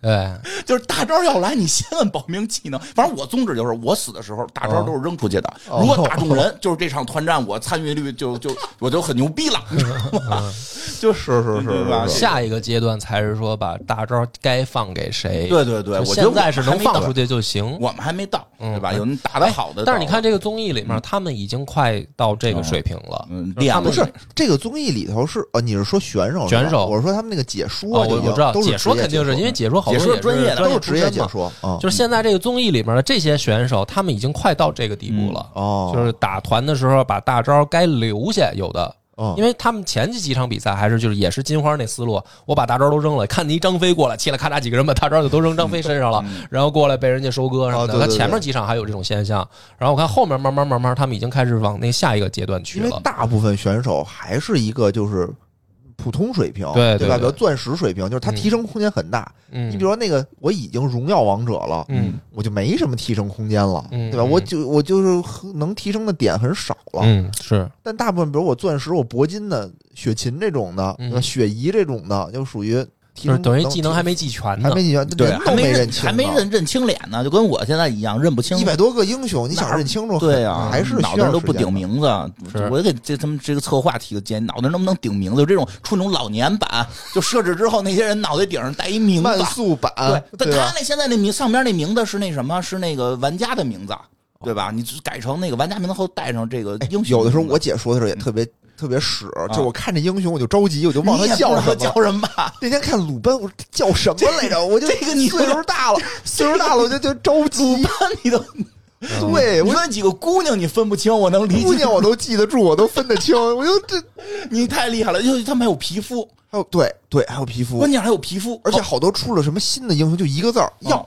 A: 对，
B: 就是大招要来你先摁保命技能。反正我宗旨就是我死的时候大招都是扔出去的，
C: 哦
B: 如果打中人，就是这场团战我参与率就就我就很牛逼 了，你知道吗？就是
C: 是是
B: 对吧
C: 是是
A: 下一个阶段才是说把大招该放给谁。
B: 对对对，
A: 就
B: 我觉得
A: 现
B: 我
A: 在是
B: 们还
A: 能
B: 没
A: 放
B: 到
A: 出去就行。
B: 我们还 没到，
A: 嗯
B: 对吧？有人打得好
A: 哎
B: 的到了，
A: 但是你看这个综艺里面，他们已经快到这个水平了。
B: 嗯，
A: 就是他
B: 练
A: 们
C: 不是这个综艺里头是哦，你是说选手是吧？
A: 选手
C: 我是说他们那个解说
A: 哦，
C: 就
A: 我
C: 已经，
A: 我知道
C: 都是
A: 解说
C: 职业嗯
A: 肯定是因为解说好多
B: 解说
A: 也
B: 专业的
A: 专
C: 都
A: 业
C: 是
A: 出
C: 职业
A: 身
C: 解
A: 嘛。
C: 说啊，
A: 就是现在这个综艺里面的这些选手，他们已经快到这个地步了。
C: 哦，
A: 就是打团的时候，把大招该留下有的，
C: 哦
A: 因为他们前几几场比赛还是就是也是金花那思路，我把大招都扔了，看你一张飞过来，嘁了咔嚓几个人把大招就都扔张飞身上了，然后过来被人家收割什么
C: 哦对
A: 的。他
C: 对对
A: 前面几场还有这种现象，然后我看后面慢慢慢慢，他们已经开始往那下一个阶段去
C: 因为
A: 了。
C: 大部分选手还是一个就是普通水平，
A: 对对
C: 吧？比
A: 对
C: 如钻石水平，就是他提升空间很大。
A: 嗯，
C: 你比如说那个，我已经荣耀王者了，
A: 嗯
C: 我就没什么提升空间了，
A: 嗯
C: 对吧？
A: 嗯
C: 我就我就是能提升的点很少了。
A: 嗯是
C: 但大部分，比如我钻石、我铂金的、雪琴这种的、
A: 嗯
C: 对吧雪姨这种的，就属于提
A: 就
C: 升
A: 是等于
C: 能
A: 技能还没记全
C: 还
A: 呢
C: 没。几人
B: 对，啊
C: 都
B: 还没
C: 认
B: 认
C: 清呢，
B: 还没认认清脸呢，就跟我现在一样认不清
C: 一。百多个英雄，你想认清楚，
B: 对啊，
C: 还是需要
B: 脑袋都不
C: 时间
B: 顶名字，
A: 是
B: 我给这他们这个策划提个建议，脑袋能不能顶名字？有这种出那种老年版，就设置之后，那些人脑袋顶上带一名
C: 慢
B: 字，
C: 速版，
B: 对，
C: 对
B: 但他
C: 吧？
B: 那现在那名上边那名字是那什么？是那个玩家的名字，啊对吧？你改成那个玩家名字后带上这个英雄名嗯字。
C: 哦哎有的时候我姐说的时候也特别特别屎，就我看这英雄我就着急，我就忘
B: 你
C: 他
B: 也不
C: 叫什么
B: 知道叫。什么 吧？
C: 那天看鲁班，我说他叫什么来着？我就
B: 这个你
C: 岁数大了，岁数大了我就就着急。
B: 你都
C: 对，
B: 你
C: 哎我
B: 说几个姑娘你分不清，我能理
C: 姑
B: 解。
C: 娘我都记得住，我都分得清。我就这
B: 你太厉害了，因为他们还有皮肤，
C: 还有对对，还有皮肤
B: 关，键还有皮肤，哦
C: 而且好多出了什么新的英雄，就一个字儿
B: 要
C: 要。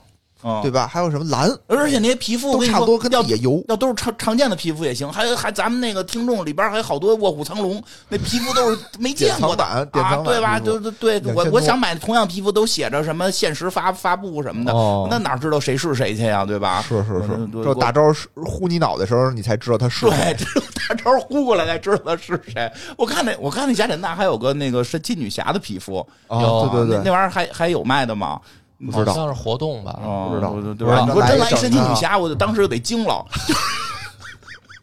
B: 嗯
C: 对吧？还有什么蓝，
B: 而且那些皮肤我
C: 都
B: 跟你
C: 差
B: 说
C: 不多，跟
B: 要
C: 野油。
B: 要都是常常见的皮肤也行，还还咱们那个听众里边还有好多卧虎藏龙，那皮肤都是没见
C: 典藏
B: 过的
C: 版典
B: 啊，
C: 藏版
B: 对吧？
C: 皮肤
B: 对对对，我
C: 2000多
B: 我想买同样皮肤都写着什么限时发发布什么的，
C: 哦
B: 那哪知道谁是谁去呀，对吧？
C: 是是啊是，
B: 我
C: 就打招呼呼你脑袋的时候，你才知道他是谁。
B: 对，这大招呼过来才知道他是谁。我看那我看那雅典娜还有个那个神奇女侠的皮肤，
A: 有
C: 哦，
A: 啊
C: 对对
B: 那
C: 对，
B: 玩意儿还还有卖的吗？
C: 不知道
A: 好像是活动吧？
B: 哦
C: 不知道
B: 对
C: 不
B: 对
C: 知
B: 吧？
C: 道
B: 你说
C: 那
B: 真
C: 哪
B: 来
C: 里
B: 一神奇
C: 整的啊
B: 女侠，我就当时就得惊了。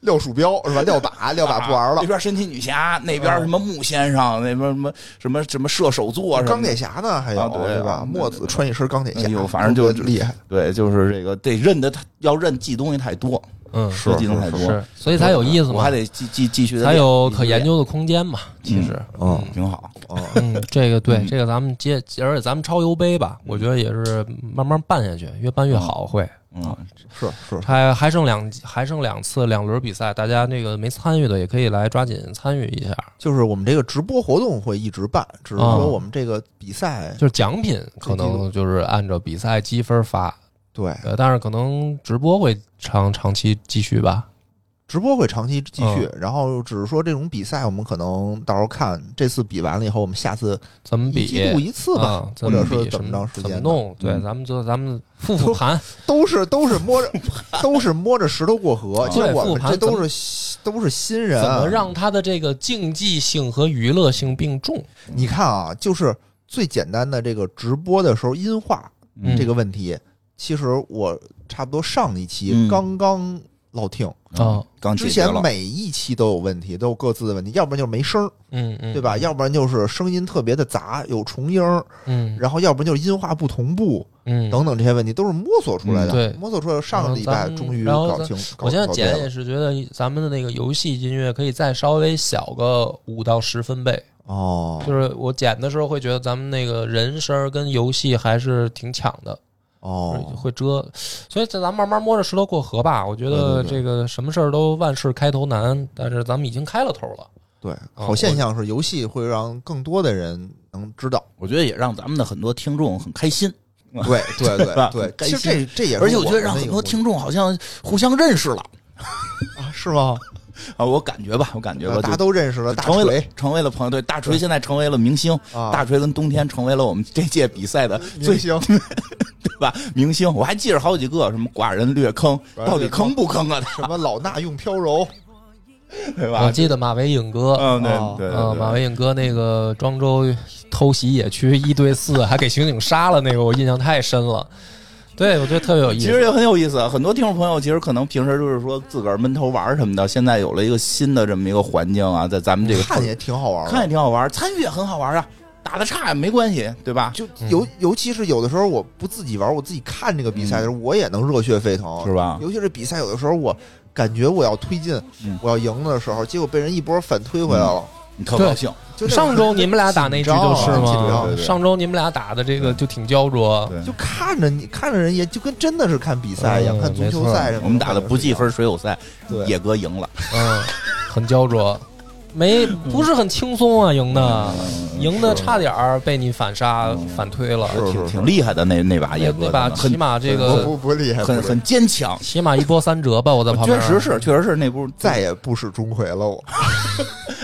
C: 撂鼠标是吧？撂把，撂
B: 啊
C: 把不玩了
B: 那。边神奇女侠，那边什么木先生，那边什么什么什么射手座什么的
C: 钢铁侠呢？还有、
B: 啊对啊
C: 对吧？
B: 对
C: 墨
B: 对
C: 子穿一身钢铁侠，
B: 哎呦反正就
C: 多厉害。
B: 对，就是这个得认得，要认记东西太多，
A: 嗯，
C: 是
B: 记东西太多
A: 是，所以才有意思
B: 我
A: 嘛
B: 还，得继继继续地
A: 才有
B: 练
A: 可研，究的空间嘛。其实，
C: 嗯
B: 继续练挺好。
C: 哦，
A: 嗯，这个对
B: 嗯，
A: 这个咱们接，而且咱们超游杯吧，我觉得也是慢慢办下去，越办越好会。
B: 嗯，
C: 是是，
A: 还还剩两还剩两次两轮比赛，大家那个没参与的也可以来抓紧参与一下。
C: 就是我们这个直播活动会一直办，只是
A: 啊
C: 说我们这个比赛，
A: 就是奖品可能就是按照比赛积分发，
C: 对
A: 呃，但是可能直播会长长期继续吧。
C: 直播会长期继续。
A: 嗯
C: 然后只是说这种比赛，我们可能到时候看这次比完了以后，我们下次
A: 怎么
C: 一季
A: 嗯比
C: 度？一次吧，
A: 啊，
C: 或者说
A: 比
C: 怎么着时
A: 怎么
C: 间的，啊
A: 弄？对，
B: 嗯
A: 咱们就咱们复复 盘，
C: 都是都是摸着 都是摸着石头过河。
B: 对
C: 其实我
A: 复
C: 们
A: 盘
C: 这
A: 怎
C: 都
A: 么
C: 是都是新人，
A: 怎么让它的这个竞技性和娱乐性并重？
C: 你看啊，就是最简单的这个直播的时候音画
A: 嗯
C: 这个问题，其实我差不多上一期、
B: 嗯
C: 刚刚老听，
A: 啊，
B: 刚解
C: 之
B: 决
C: 前
B: 了，
C: 每一期都有问题，都有各自的问题，要不然就是没声儿，
A: 嗯嗯，
C: 对吧？？要不然就是声音特别的杂，有重音儿，
A: 嗯
C: 然后要不然就是音画不同步
A: 嗯，
C: 等等这些问题，都是摸索出来的。
A: 嗯对
C: 摸索出来，上个礼拜
A: 然后咱们
C: 终于
A: 然后
C: 搞
A: 咱
C: 清。搞
A: 我现在
C: 搞对
A: 剪
C: 了
A: 也是觉得咱们的那个游戏音乐可以再稍微小个五到十分贝，
C: 哦，
A: 就是我剪的时候会觉得咱们那个人声儿跟游戏还是挺抢的，
C: 哦，
A: 会遮，所以这咱慢慢摸着石头过河吧。我觉得
C: 对对对
A: 这个什么事儿都万事开头难，但是咱们已经开了头了。
C: 对，
A: 哦
C: 好现象是游戏会让更多的人能 知道。
B: 我觉得也让咱们的很多听众很开心，
C: 对对
B: 对吧
C: 对对，
B: 该
C: 其实这这也是
B: 而且我
C: 我
B: 觉得让很多听众好像互相认识了
C: 啊是吗？
B: 啊，我感觉吧，我感觉吧，
C: 啊大家都认识了
B: 就
C: 大
B: 成为了
C: 锤
B: 成为了朋友，对大锤现在成为了明星，
C: 啊，
B: 大锤跟冬天成为了我们这届比赛的最
C: 明 星
B: 对吧？明星，我还记着好几个，什么寡人略坑，
C: 寡人略坑
B: 到底坑不坑啊？
C: 什么老衲用飘柔，
B: 对
A: 我
B: 吧？
A: 记得马维影哥，
B: 嗯，对
C: 哦
B: 对对
A: 呃，
B: 对
A: 马维影哥那个庄周偷袭野区一对四，还给刑警杀了那个，我印象太深了。对，我觉得特别有意
B: 其
A: 思。
B: 实也很有意思，啊很多听众朋友其实可能平时就是说自个儿闷头玩儿什么的，现在有了一个新的这么一个环境啊，在咱们这个
C: 看也挺好玩
B: 看
C: 的。
B: 也挺好玩儿，参与也很好玩儿啊，打的差也没关系，对吧？
C: 就尤尤其是有的时候我不自己玩，我自己看这个比赛的时候，我也能热血沸腾，
B: 嗯是吧
C: 尤其是比赛有的时候我感觉我要推进
B: 嗯，
C: 我要赢的时候，结果被人一波反推回来了。
B: 你特高兴，
C: 就那种
A: 上周你们俩打那局就是
C: 紧
B: 张
A: 嘛
B: 啊嗯对对，对
A: 上周你们俩打的这个就挺焦灼。
B: 对
C: 就看着你看着人也就跟真的是看比赛一样，
A: 嗯
C: 看足球赛什么的。
B: 我们打的不计分水友赛，
C: 对
B: 野哥赢了，
A: 嗯，很焦灼，没不是很轻松
B: 嗯
A: 啊，赢的，赢的差点儿被你反杀
B: 嗯
A: 反推了，
C: 是
B: 挺挺厉害的那那把野
A: 那
B: 哥
A: 那把
B: 真的
A: 起码这
C: 不
A: 个
C: 不不厉害，
B: 很很
C: 不厉害
B: 很坚强，
A: 起码一波三折吧，我在旁边
B: 确实是确实是那部
C: 再也不使钟馗了我。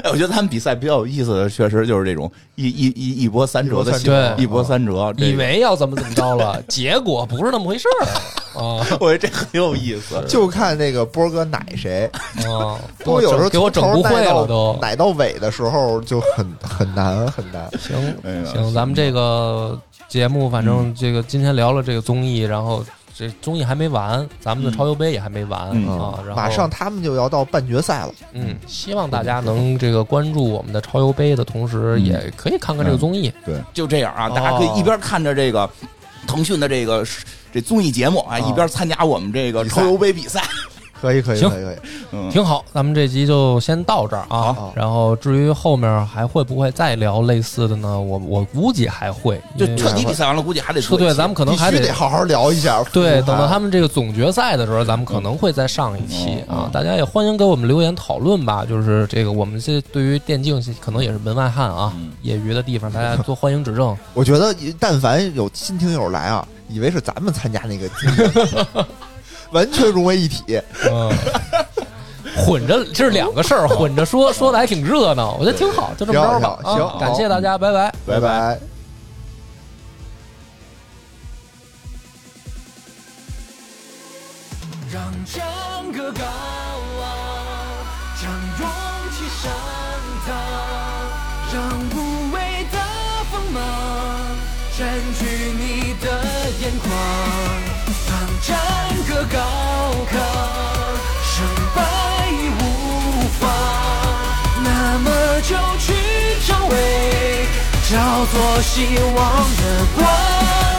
B: 哎，我觉得他们比赛比较有意思的，确实就是这种一一一一波三折
A: 一
B: 的
A: 波三折
B: 戏，一波三折。这个
A: 以为要怎么怎么着了，结果不是那么回事 儿啊
B: 我觉得这很有意思，
C: 就看这个波哥奶谁，
A: 啊！给
C: 波
A: 我
C: 有时
A: 整
C: 候
A: 给我整不会了
C: 从头
A: 都
C: 奶到。奶到尾的时候就很很难很难。
A: 行
B: 哎呀
A: 行，咱们这个节目，反正这个今天聊了这个综艺，然后这综艺还没完，咱们的超游杯也还没完
B: 嗯
A: 啊。然后
C: 马上他们就要到半决赛了，
A: 嗯，希望大家能这个关注我们的超游杯的同时，
B: 嗯
A: 也可以看看这个综艺。
B: 就这样啊，
C: 哦
B: 大家可以一边看着这个腾讯的这个这综艺节目啊，
C: 哦
B: 一边参加我们这个
C: 比赛
B: 超游杯比赛。
C: 可以可以
A: 行
C: 可以可以，
B: 嗯，
A: 挺好，咱们这集就先到这儿啊
C: 好。
A: 然后至于后面还会不会再聊类似的呢？我我估计还会，
B: 就
A: 因为
B: 彻底比赛完了，估计还得
A: 对
B: 出
A: 对，咱们可能还
C: 必须得好好聊一下。
A: 对，
C: 复
A: 等
C: 盘
A: 到他们这个总决赛的时候，咱们可能会再上一期
C: 嗯
A: 啊。大家也欢迎给我们留言讨论吧。就是这个，我们这对于电竞可能也是门外
C: 嗯
A: 汉啊，业余的地方，大家多欢迎指正。
C: 我觉得但凡有新听友来啊，以为是咱们参加那个集 训完全融为一体。
A: 嗯，混着这是两个事儿，混着说说的还挺热闹，我觉得挺好，就这么着吧。
C: 挺好挺好
A: 啊
C: 行
A: 感谢大家，拜拜。
C: 拜拜。
D: 让整个高傲，让勇气升腾，让无畏的锋芒占据你的眼眶，让整个高亢，胜败已无妨。那么就去成为，照做希望的光。